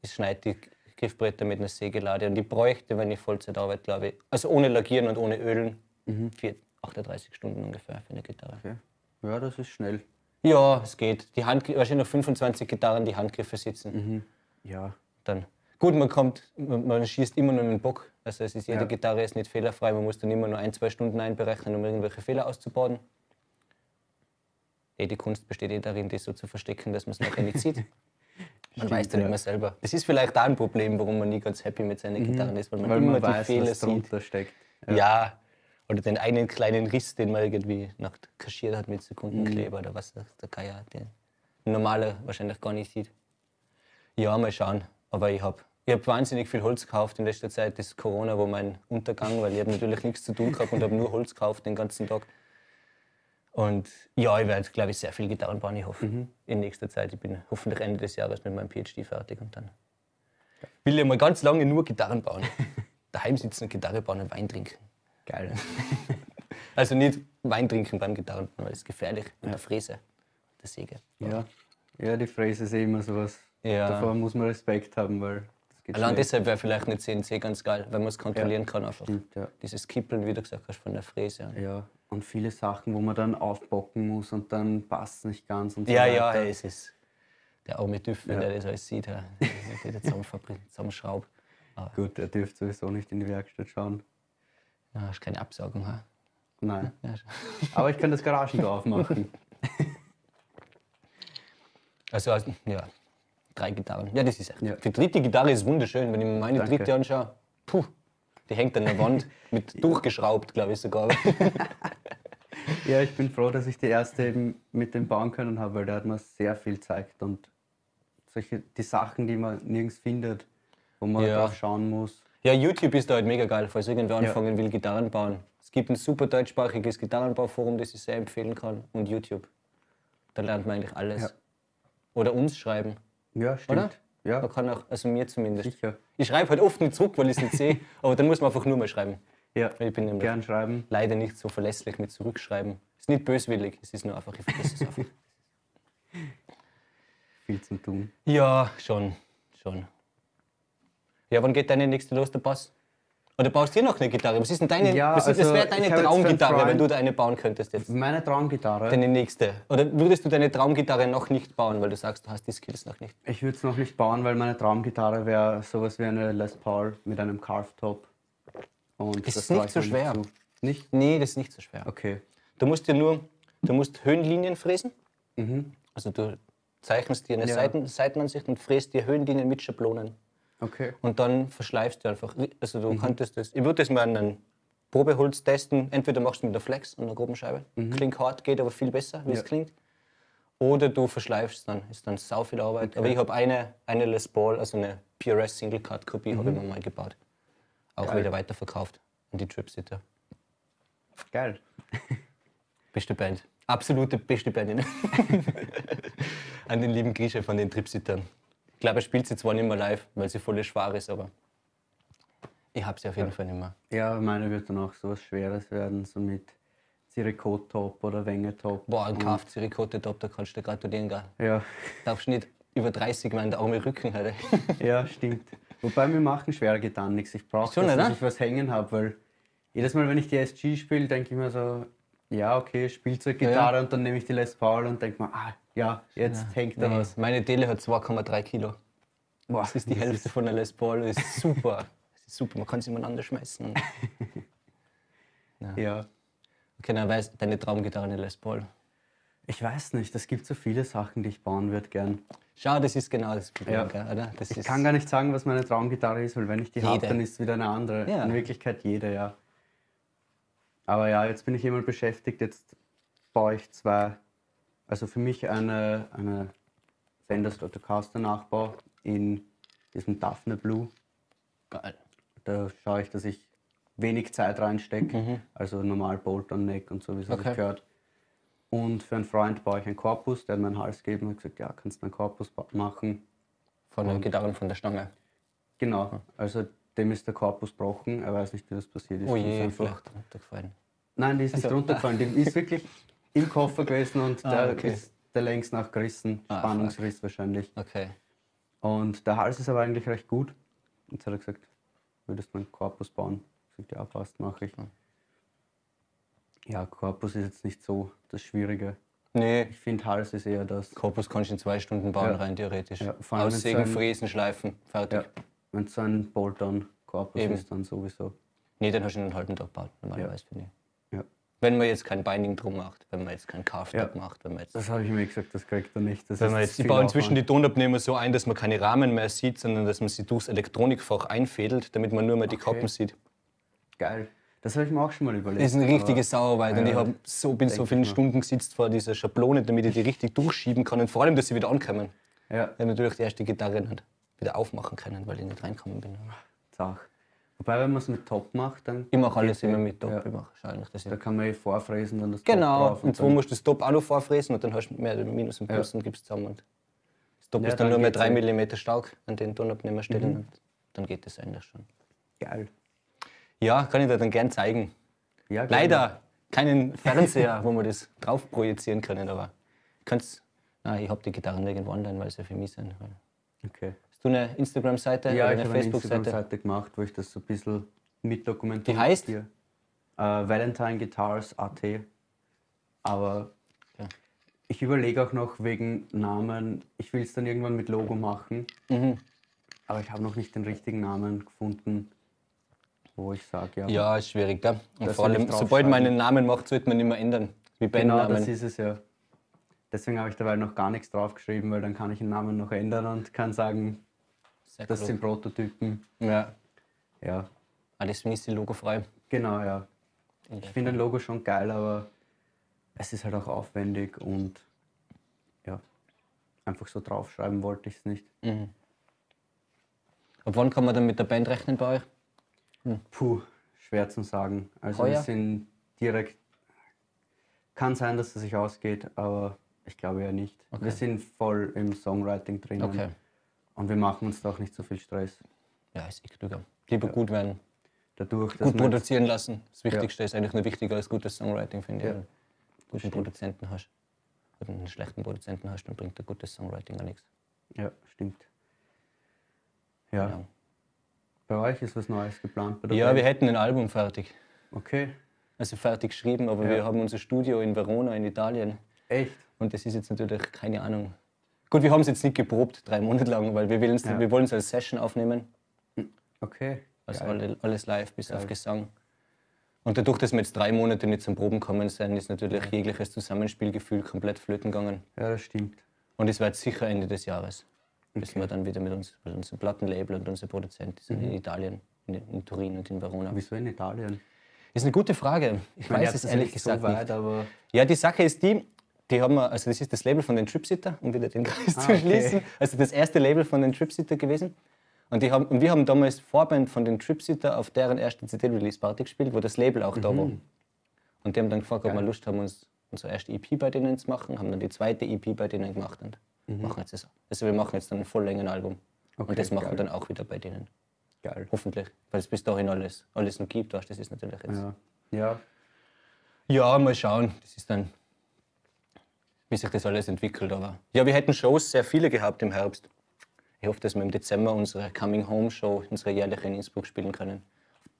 Speaker 1: Ich schneide die Griffbretter mit einer Sägelade und ich bräuchte, wenn ich Vollzeit arbeite, glaube ich, also ohne Lackieren und ohne Ölen,
Speaker 2: Mhm.
Speaker 1: vier- 38 Stunden ungefähr für eine Gitarre.
Speaker 2: Okay. Ja, das ist schnell.
Speaker 1: Ja, es geht. Die Hand, wahrscheinlich noch 25 Gitarren, die Handgriffe sitzen.
Speaker 2: Mhm. Ja.
Speaker 1: Dann. Gut, man kommt, man, man schießt immer nur mit dem Bock. Also es ist, jede
Speaker 2: Ja.
Speaker 1: Gitarre ist nicht fehlerfrei. Man muss dann immer nur ein, zwei Stunden einberechnen, um irgendwelche Fehler auszubaden. eh, die Kunst besteht eh darin, das so zu verstecken, dass man es nachher nicht sieht. Man
Speaker 2: Stimmt,
Speaker 1: weiß dann
Speaker 2: ja. Mhm.
Speaker 1: immer selber. Das ist vielleicht auch ein Problem, warum man nie ganz happy mit seinen Gitarren ist, weil man
Speaker 2: Weil
Speaker 1: immer
Speaker 2: man weiß,
Speaker 1: die Fehler
Speaker 2: was
Speaker 1: sieht.
Speaker 2: drunter steckt.
Speaker 1: Ja. Oder den einen kleinen Riss, den man irgendwie noch kaschiert hat mit Sekundenkleber
Speaker 2: Mhm.
Speaker 1: oder was das- der Geier, den ein normaler wahrscheinlich gar nicht sieht. Ja, mal schauen. Aber ich habe ich hab wahnsinnig viel Holz gekauft in letzter Zeit. Das Corona war mein Untergang, weil ich habe natürlich nichts zu tun gehabt und habe nur Holz gekauft den ganzen Tag. Und ja, ich werde, glaube ich, sehr viel Gitarren bauen, ich hoffe, in nächster Zeit. Ich bin hoffentlich Ende des Jahres mit meinem PhD fertig und dann will ich mal ganz lange nur Gitarren bauen. Daheim sitzen, Gitarre bauen und Wein trinken.
Speaker 2: Geil.
Speaker 1: Also nicht Wein trinken beim Gitarrenbauen, weil es ist gefährlich mit der Fräse, der Säge.
Speaker 2: Ja. ja, die Phrase ist eh immer sowas.
Speaker 1: Ja.
Speaker 2: Davor muss man Respekt haben, weil das geht
Speaker 1: Allein
Speaker 2: schnell.
Speaker 1: deshalb wäre vielleicht eine CNC ganz geil, weil man es kontrollieren kann einfach.
Speaker 2: Stimmt, ja.
Speaker 1: Dieses Kippeln, wie du gesagt hast, von der Fräse.
Speaker 2: Ja, und viele Sachen, wo man dann aufbocken muss und dann passt es nicht ganz und so
Speaker 1: Ja,
Speaker 2: weiter.
Speaker 1: ja, ey, es ist der arme Düff, wenn
Speaker 2: Ja.
Speaker 1: der das alles sieht, ja. der zusammenfabrik- zusammenschraubt. Aber
Speaker 2: Gut, er dürfte sowieso nicht in die Werkstatt schauen.
Speaker 1: na, hast keine Absaugung. Ha?
Speaker 2: Nein.
Speaker 1: Ja, sch-
Speaker 2: Aber ich kann das Garagentor aufmachen.
Speaker 1: Also, also, ja, drei Gitarren. Ja, das ist echt.
Speaker 2: Ja.
Speaker 1: Die dritte Gitarre ist wunderschön, wenn ich mir meine
Speaker 2: Danke.
Speaker 1: dritte anschaue. Puh, die hängt an der Wand mit durchgeschraubt, glaube ich sogar.
Speaker 2: Ja, ich bin froh, dass ich die erste eben mit dem bauen können habe, weil der hat mir sehr viel gezeigt und solche die Sachen, die man nirgends findet, wo man
Speaker 1: Ja.
Speaker 2: drauf schauen muss.
Speaker 1: Ja, YouTube ist da halt mega geil, falls irgendwer anfangen will, Gitarren bauen. Es gibt ein super deutschsprachiges Gitarrenbauforum, das ich sehr empfehlen kann. Und YouTube. Da lernt man eigentlich alles.
Speaker 2: Ja.
Speaker 1: Oder uns schreiben.
Speaker 2: Ja, stimmt.
Speaker 1: Oder?
Speaker 2: Ja,
Speaker 1: Man kann auch, also mir zumindest.
Speaker 2: sicher.
Speaker 1: Ich schreibe halt oft nicht zurück, weil ich es nicht sehe, aber dann muss man einfach nur mal schreiben.
Speaker 2: Ja,
Speaker 1: Ich bin nämlich
Speaker 2: gern schreiben.
Speaker 1: leider nicht so verlässlich mit zurückschreiben. Ist nicht böswillig, es ist nur einfach, ich vergesse es einfach.
Speaker 2: Viel zu tun.
Speaker 1: Ja, schon, schon. Ja, wann geht deine nächste los, der Bass? Oder baust du dir noch eine Gitarre? Was ist denn deine,
Speaker 2: Ja,
Speaker 1: was ist, das
Speaker 2: also,
Speaker 1: wäre
Speaker 2: ich
Speaker 1: deine
Speaker 2: hab jetzt für einen
Speaker 1: Traumgitarre, wenn
Speaker 2: Freund-
Speaker 1: du da eine bauen könntest jetzt?
Speaker 2: Meine Traumgitarre.
Speaker 1: Deine nächste. Oder würdest du deine Traumgitarre noch nicht bauen, weil du sagst, du hast die Skills noch nicht?
Speaker 2: Ich würde es noch nicht bauen, weil meine Traumgitarre wäre sowas wie eine Les Paul mit einem Carved Top. Und
Speaker 1: Ist
Speaker 2: das
Speaker 1: nicht
Speaker 2: traue ich
Speaker 1: so
Speaker 2: mir
Speaker 1: schwer.
Speaker 2: zu. Nicht?
Speaker 1: Nee, das ist nicht so schwer.
Speaker 2: Okay.
Speaker 1: Du musst dir nur, du musst Höhenlinien fräsen. Also du zeichnest dir eine
Speaker 2: Mhm. Ja.
Speaker 1: Seiten, Seitenansicht und fräst dir Höhenlinien mit Schablonen.
Speaker 2: Okay.
Speaker 1: Und dann verschleifst du einfach. Also du könntest das. Ich würde das mal an einem Probeholz testen. Entweder machst du mit der Flex an der groben Scheibe. Klingt hart, geht aber viel besser, wie es
Speaker 2: Ja.
Speaker 1: klingt. Oder du verschleifst dann. Ist dann sau viel Arbeit. Aber ich habe eine, eine Les Paul, also eine PRS Single Cut Kopie, habe ich mir mal gebaut. Auch wieder weiterverkauft an die Tripsitter.
Speaker 2: Geil.
Speaker 1: Beste Band. Absolute beste Band. in- An den lieben Grische von den Tripsittern. Ich glaube, er spielt sie zwar nicht mehr live, weil sie voll schwer ist, aber ich habe sie auf jeden Fall nicht mehr.
Speaker 2: Ja, meine wird dann auch sowas Schweres werden, so mit Zirikot Top oder Wenge Top.
Speaker 1: Boah, ein KFC-Rekorte top, da kannst du dir gratulieren, gell?
Speaker 2: Mhm. Ja.
Speaker 1: Darfst nicht über 30 meinen der arme Rücken heute.
Speaker 2: ja, stimmt. Wobei mir machen schwere Gitarren nichts. Ich brauche
Speaker 1: Schon,
Speaker 2: das,
Speaker 1: oder?
Speaker 2: dass ich was hängen habe, weil jedes Mal, wenn ich die SG spiele, denke ich mir so, ja, okay, Spielzeuggitarre
Speaker 1: Ja,
Speaker 2: und dann nehme ich die Les Paul und denke mir, ah, ja, jetzt hängt da was.
Speaker 1: Meine Tele hat 2,3 Kilo.
Speaker 2: Boah,
Speaker 1: Das ist die Hälfte von der Les Paul. Das ist super. Das ist super, man kann sie miteinander schmeißen.
Speaker 2: Ja.
Speaker 1: Okay, dann weiß deine Traumgitarre eine Les Paul.
Speaker 2: Ich weiß nicht, es gibt so viele Sachen, die ich bauen würde gern.
Speaker 1: Schau, das ist genau das Problem,
Speaker 2: Ja.
Speaker 1: gell, oder? Das
Speaker 2: Ich
Speaker 1: ist
Speaker 2: kann gar nicht sagen, was meine Traumgitarre ist, weil wenn ich die habe,
Speaker 1: Jede.
Speaker 2: dann ist es wieder eine andere.
Speaker 1: Ja.
Speaker 2: In Wirklichkeit jede, ja. Aber ja, jetzt bin ich immer beschäftigt, jetzt baue ich zwei, also für mich eine, eine Fender Stratocaster Nachbau in diesem Daphne Blue.
Speaker 1: geil.
Speaker 2: Da schaue ich, dass ich wenig Zeit reinstecke, also normal Bolt on Neck und so, wie es
Speaker 1: Mhm. Okay.
Speaker 2: sich gehört. Und für einen Freund baue ich einen Korpus, der hat mir einen Hals gegeben und gesagt, ja, kannst du einen Korpus ba- machen.
Speaker 1: Von den Gitarren von der Stange.
Speaker 2: Genau, also dem ist der Korpus gebrochen, er weiß nicht, wie das passiert ist.
Speaker 1: Oh
Speaker 2: Das ist
Speaker 1: je,
Speaker 2: einfach-
Speaker 1: vielleicht runtergefallen.
Speaker 2: Nein, die ist nicht runtergefallen, die ist wirklich im Koffer gewesen und
Speaker 1: Ah,
Speaker 2: der
Speaker 1: okay.
Speaker 2: ist der längst nachgerissen,
Speaker 1: Ah,
Speaker 2: Spannungsriss wahrscheinlich.
Speaker 1: Okay.
Speaker 2: Und der Hals ist aber eigentlich recht gut. Jetzt hat er gesagt, würdest du meinen Korpus bauen? Ich sagte, ja, passt, mache ich. Ja, Korpus ist jetzt nicht so das Schwierige.
Speaker 1: Nee,
Speaker 2: Ich finde, Hals ist eher das.
Speaker 1: Korpus kannst du in zwei Stunden bauen,
Speaker 2: Ja.
Speaker 1: rein theoretisch.
Speaker 2: Ja, vor allem wenn's
Speaker 1: Aussägen,
Speaker 2: so ein-
Speaker 1: fräsen, schleifen, fertig.
Speaker 2: Ja, wenn es so ein Bolt-on-Korpus
Speaker 1: Eben.
Speaker 2: ist, dann sowieso.
Speaker 1: Nee, dann hast du in einen halben Tag gebaut, normalerweise, finde ich.
Speaker 2: Ja.
Speaker 1: Wenn man jetzt kein Binding drum macht, wenn man jetzt kein Carved Up
Speaker 2: Ja.
Speaker 1: macht, wenn man jetzt.
Speaker 2: Das habe ich mir gesagt, das kriegt er nicht. Das
Speaker 1: Wenn
Speaker 2: ist
Speaker 1: man
Speaker 2: zu
Speaker 1: jetzt, ich
Speaker 2: viel
Speaker 1: baue inzwischen die
Speaker 2: Aufwand.
Speaker 1: Tonabnehmer so ein, dass man keine Rahmen mehr sieht, sondern dass man sie durchs Elektronikfach einfädelt, damit man nur mehr die
Speaker 2: Okay.
Speaker 1: Kappen sieht.
Speaker 2: Geil. Das habe ich mir auch schon mal überlegt.
Speaker 1: Das ist eine richtige Sauerarbeit und
Speaker 2: Ja,
Speaker 1: ich hab so, bin so
Speaker 2: denk
Speaker 1: viele
Speaker 2: ich mir.
Speaker 1: Stunden gesitzt vor dieser Schablone, damit ich die richtig durchschieben kann und vor allem, dass sie wieder ankommen.
Speaker 2: Aber, ja,
Speaker 1: Ich habe natürlich die erste Gitarre nicht wieder aufmachen können, weil ich nicht reinkommen bin.
Speaker 2: Sache. Wobei, wenn man es mit Top macht, dann.
Speaker 1: Ich mache alles
Speaker 2: geht
Speaker 1: immer
Speaker 2: eh.
Speaker 1: mit Top,
Speaker 2: Ja.
Speaker 1: ich mache wahrscheinlich das
Speaker 2: Da kann man eh vorfräsen, dann das Top
Speaker 1: Genau,
Speaker 2: drauf.
Speaker 1: und zwar musst du das Top auch noch vorfräsen und dann hast du mehr oder Minus und Plus und gibst zusammen. Und das Top
Speaker 2: Ja,
Speaker 1: ist dann, Mhm.
Speaker 2: dann
Speaker 1: nur mehr
Speaker 2: geht's
Speaker 1: 3 mm stark an den Tonabnehmer stellen und dann geht das eigentlich schon.
Speaker 2: Geil.
Speaker 1: Ja, kann ich dir dann gern zeigen.
Speaker 2: Ja, geil.
Speaker 1: Leider keinen Fernseher, wo wir das drauf projizieren können, aber kannst. Nein, ich habe die Gitarren irgendwo online, weil sie für mich sind. Hast
Speaker 2: Okay.
Speaker 1: du eine Instagram-Seite oder
Speaker 2: Ja, ich
Speaker 1: eine
Speaker 2: habe eine
Speaker 1: Facebook-Seite?
Speaker 2: Instagram-Seite gemacht, wo ich das so ein bisschen mit dokumentiere.
Speaker 1: Die heißt?
Speaker 2: Äh, Valentine Guitars AT. Aber
Speaker 1: Ja.
Speaker 2: ich überlege auch noch wegen Namen. Ich will es dann irgendwann mit Logo machen.
Speaker 1: Mhm.
Speaker 2: Aber ich habe noch nicht den richtigen Namen gefunden, wo ich sage, ja.
Speaker 1: Ja, ist schwierig, gell? Und
Speaker 2: Mhm. Das
Speaker 1: vor
Speaker 2: soll ich
Speaker 1: allem, sobald
Speaker 2: draufschreiben.
Speaker 1: man einen Namen macht, sollte man immer ändern. Wie
Speaker 2: Genau,
Speaker 1: Bandnamen.
Speaker 2: das ist es ja. Deswegen habe ich dabei noch gar nichts draufgeschrieben, weil dann kann ich den Namen noch ändern und kann sagen,
Speaker 1: Sehr
Speaker 2: das
Speaker 1: cool.
Speaker 2: sind Prototypen.
Speaker 1: ja.
Speaker 2: Ja,
Speaker 1: Ah, deswegen ist die Logo frei.
Speaker 2: genau, ja. Ich finde ein Logo schon geil, aber es ist halt auch aufwendig und ja, einfach so draufschreiben wollte ich es nicht.
Speaker 1: Mhm. Ab wann kann man dann mit der Band rechnen bei euch?
Speaker 2: Puh, schwer zu sagen. Also wir
Speaker 1: Heuer?
Speaker 2: sind direkt. Kann sein, dass es sich ausgeht, aber ich glaube ja nicht. Wir sind voll im Songwriting drin
Speaker 1: Okay.
Speaker 2: und wir machen uns da auch nicht so viel Stress.
Speaker 1: Ja, ist eh klüger. Lieber gut werden,
Speaker 2: Dadurch, dass
Speaker 1: gut
Speaker 2: man jetzt,
Speaker 1: produzieren lassen. Das Wichtigste ist eigentlich nur wichtiger als gutes Songwriting, finde ich.
Speaker 2: Ja.
Speaker 1: Wenn du guten Produzenten hast. Wenn du einen schlechten Produzenten hast, dann bringt dir gutes Songwriting auch nichts.
Speaker 2: ja, stimmt. Ja.
Speaker 1: Ja.
Speaker 2: Bei euch ist was Neues geplant? Bei der
Speaker 1: Genau. Ja, wir
Speaker 2: Band?
Speaker 1: hätten ein Album fertig.
Speaker 2: Okay.
Speaker 1: Also fertig geschrieben, aber wir haben unser Studio in Verona in Italien.
Speaker 2: Echt?
Speaker 1: Und das ist jetzt natürlich keine Ahnung. Gut, wir haben es jetzt nicht geprobt, drei Monate lang, weil wir, willen's- wir wollen es als Session aufnehmen.
Speaker 2: Okay.
Speaker 1: Also
Speaker 2: Geil.
Speaker 1: alle, alles live bis auf Gesang. Und dadurch, dass wir jetzt drei Monate nicht zum Proben kommen sind, ist natürlich jegliches Zusammenspielgefühl komplett flöten gegangen.
Speaker 2: Ja, das stimmt.
Speaker 1: Und es wird sicher Ende des Jahres. Bis wir dann wieder mit, uns, mit unserem Plattenlabel und unserem Produzent die sind
Speaker 2: Mhm.
Speaker 1: in Italien, in, in Turin und in Verona.
Speaker 2: Wieso in Italien?
Speaker 1: Ist eine gute Frage. Ich
Speaker 2: Man
Speaker 1: weiß
Speaker 2: hat
Speaker 1: es
Speaker 2: das
Speaker 1: ehrlich
Speaker 2: nicht
Speaker 1: gesagt
Speaker 2: so
Speaker 1: nicht.
Speaker 2: weit, aber
Speaker 1: Ja, die Sache ist die, die haben wir, also das ist das Label von den Tripsitter, um wieder den Kreis zu
Speaker 2: Ah, okay.
Speaker 1: schließen. Also das erste Label von den Tripsitter gewesen. Und, die haben, und wir haben damals Vorband von den Tripsitter auf deren ersten CD-Release-Party gespielt, wo das Label auch da war.
Speaker 2: Mhm.
Speaker 1: Und die haben dann gefragt, ob wir Lust haben, uns unsere erste EP bei denen zu machen, haben dann die zweite EP bei denen gemacht und machen jetzt das. Also wir machen jetzt dann ein Volllängenalbum.
Speaker 2: Mhm. Okay,
Speaker 1: und das machen
Speaker 2: geil.
Speaker 1: wir dann auch wieder bei denen.
Speaker 2: geil.
Speaker 1: Hoffentlich. Weil es bis dahin alles, alles noch gibt, weißt du, das ist natürlich jetzt.
Speaker 2: Ja. ja,
Speaker 1: Ja, mal schauen. Das ist dann, wie sich das alles entwickelt. Aber ja, wir hätten Shows sehr viele gehabt im Herbst. Ich hoffe, dass wir im Dezember unsere Coming Home Show, unsere jährliche in Innsbruck spielen können.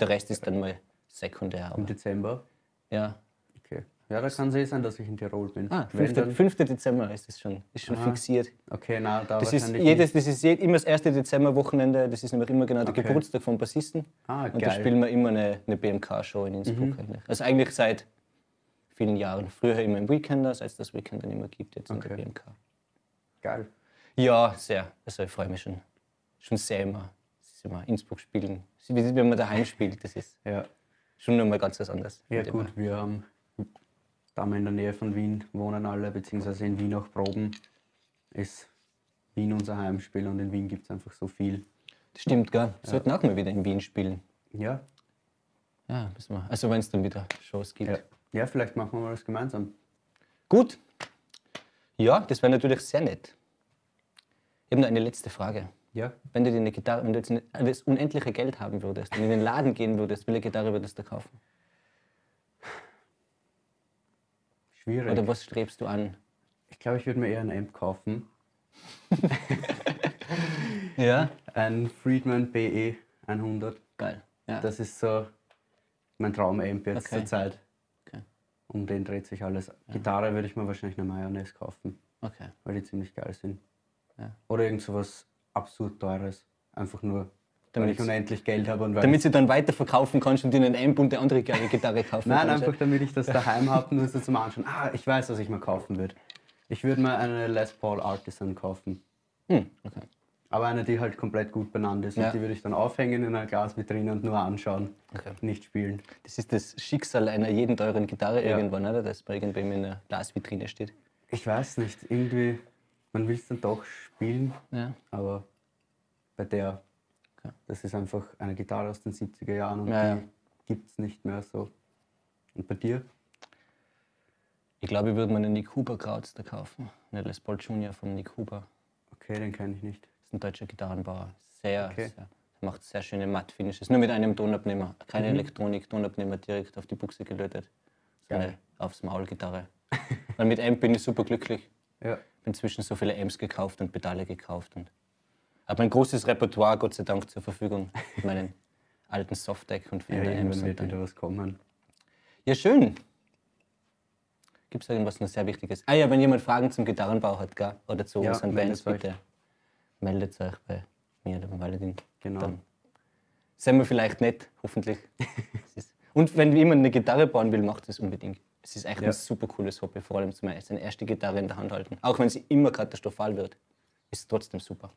Speaker 1: Der Rest ist dann mal sekundär.
Speaker 2: im
Speaker 1: Aber,
Speaker 2: Dezember.
Speaker 1: ja.
Speaker 2: Okay. Ja, da kann es eh sein, dass ich in Tirol bin.
Speaker 1: Ah,
Speaker 2: Wenn
Speaker 1: 5.
Speaker 2: dann-
Speaker 1: 5. Dezember ist das schon, ist schon fixiert.
Speaker 2: Okay, na, da
Speaker 1: Das ist,
Speaker 2: wahrscheinlich
Speaker 1: jedes, das ist je- immer das erste Dezemberwochenende, das ist nämlich immer genau der
Speaker 2: Okay.
Speaker 1: Geburtstag vom Bassisten.
Speaker 2: Ah,
Speaker 1: und da
Speaker 2: geil. Mhm.
Speaker 1: spielen wir immer eine, eine BMK-Show in Innsbruck. Eigentlich. Also eigentlich seit vielen Jahren. Früher immer im Weekender, seit es das Weekend dann immer gibt, jetzt in der
Speaker 2: Okay.
Speaker 1: BMK.
Speaker 2: nicht. Geil.
Speaker 1: Ja, sehr. Also ich freue mich schon, schon sehr immer. Es ist immer Innsbruck spielen. Es ist wie Wenn man daheim spielt, das ist
Speaker 2: Ja,
Speaker 1: schon nochmal ganz was anderes.
Speaker 2: ja
Speaker 1: Mit dem-
Speaker 2: gut, wir haben, da wir in der Nähe von Wien wohnen alle, beziehungsweise in Wien auch proben, ist Wien unser Heimspiel und in Wien gibt es einfach so viel.
Speaker 1: Das stimmt, gell? Wir sollten auch mal wieder in Wien spielen.
Speaker 2: Ja,
Speaker 1: Ja, müssen wir. Also wenn es dann wieder Shows gibt.
Speaker 2: ja. Ja, vielleicht machen wir mal das gemeinsam.
Speaker 1: Gut. Ja, das wäre natürlich sehr nett. Ich habe noch eine letzte Frage.
Speaker 2: Ja,
Speaker 1: Wenn du dir eine Gitarre, wenn du jetzt eine, das unendliche Geld haben würdest und in den Laden gehen würdest, welche Gitarre würdest du kaufen?
Speaker 2: schwierig.
Speaker 1: Oder was strebst du an?
Speaker 2: ich glaube, ich würde mir eher ein Amp kaufen.
Speaker 1: Ja.
Speaker 2: Ein Friedman BE 100.
Speaker 1: Geil. Ja.
Speaker 2: Das ist so mein Traum-Amp jetzt
Speaker 1: Okay.
Speaker 2: zur Zeit.
Speaker 1: Okay.
Speaker 2: Um den dreht sich alles. Gitarre würde ich mir wahrscheinlich eine Mayonnaise kaufen,
Speaker 1: okay.
Speaker 2: weil die ziemlich geil sind.
Speaker 1: Ja.
Speaker 2: Oder irgend sowas absurd teures. Einfach nur weil
Speaker 1: Damit,
Speaker 2: ich unendlich Geld habe und weil
Speaker 1: damit sie dann weiterverkaufen kannst und dir einen Amp und eine andere geile Gitarre kaufen
Speaker 2: Nein,
Speaker 1: kannst.
Speaker 2: einfach damit ich das daheim habe, nur so zum Anschauen. Ah, ich weiß, was ich mir kaufen würde. Ich würde mir eine Les Paul Artisan kaufen.
Speaker 1: Hm, okay.
Speaker 2: Aber eine, die halt komplett gut benannt ist.
Speaker 1: Ja.
Speaker 2: Und die würde ich dann aufhängen in einer Glasvitrine und nur anschauen.
Speaker 1: Okay.
Speaker 2: Nicht spielen.
Speaker 1: Das ist das Schicksal einer jeden teuren Gitarre
Speaker 2: Ja.
Speaker 1: irgendwann, oder? Dass bei irgendwem in der Glasvitrine steht.
Speaker 2: Ich weiß nicht, irgendwie, man will es dann doch spielen,
Speaker 1: Ja.
Speaker 2: aber bei der,
Speaker 1: Okay.
Speaker 2: das ist einfach eine Gitarre aus den 70er Jahren und
Speaker 1: Ja,
Speaker 2: die
Speaker 1: ja.
Speaker 2: gibt es nicht mehr so. Und bei dir?
Speaker 1: Ich glaube, ich würde mir einen Nick Huber Krautster kaufen. Eine Les Paul Junior vom Nick Huber.
Speaker 2: Okay, den kenne ich nicht.
Speaker 1: ist ein deutscher Gitarrenbauer. Sehr,
Speaker 2: Okay.
Speaker 1: sehr. Er macht sehr schöne Matt-Finishes. Nur mit einem Tonabnehmer. Keine
Speaker 2: Mhm.
Speaker 1: Elektronik, Tonabnehmer direkt auf die Buchse gelötet. So eine
Speaker 2: Geil.
Speaker 1: aufs Maul-Gitarre. und mit Amp bin ich super glücklich.
Speaker 2: Ja.
Speaker 1: Bin inzwischen so viele Amps gekauft und Pedale gekauft. Und habe ein großes Repertoire, Gott sei Dank, zur Verfügung. Mit meinen alten Softdeck und
Speaker 2: Ja,
Speaker 1: Fender-Amps.
Speaker 2: irgendwann
Speaker 1: und
Speaker 2: wird
Speaker 1: dann-
Speaker 2: wieder was kommen.
Speaker 1: Ja, schön. Gibt es irgendwas noch sehr Wichtiges? Ah ja, wenn jemand Fragen zum Gitarrenbau hat, gell? oder zu
Speaker 2: Ja,
Speaker 1: unseren Bands,
Speaker 2: meldet euch.
Speaker 1: bitte meldet euch bei mir oder bei Valentin.
Speaker 2: Genau.
Speaker 1: Dann sind wir vielleicht nett, hoffentlich. Es ist- Und wenn jemand eine Gitarre bauen will, macht es unbedingt. Es ist echt
Speaker 2: Ja.
Speaker 1: ein super cooles Hobby, vor allem zum seine erste Gitarre in der Hand halten. Auch wenn sie immer katastrophal wird, ist es trotzdem super.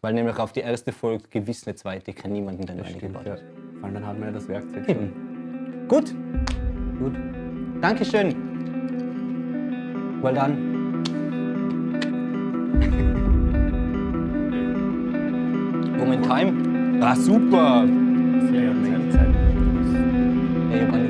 Speaker 1: Weil nämlich auf die erste folgt gewiss eine zweite, kann niemanden deine eine
Speaker 2: Stimmt,
Speaker 1: gebaut
Speaker 2: ja.
Speaker 1: hat.
Speaker 2: Vor allem dann hat man ja das Werkzeug schon.
Speaker 1: Eben. Gut,
Speaker 2: Gut.
Speaker 1: Dankeschön. Well done. Moment time. Ah, super.
Speaker 2: Sehr, sehr, sehr.
Speaker 1: Ja, ich hab alle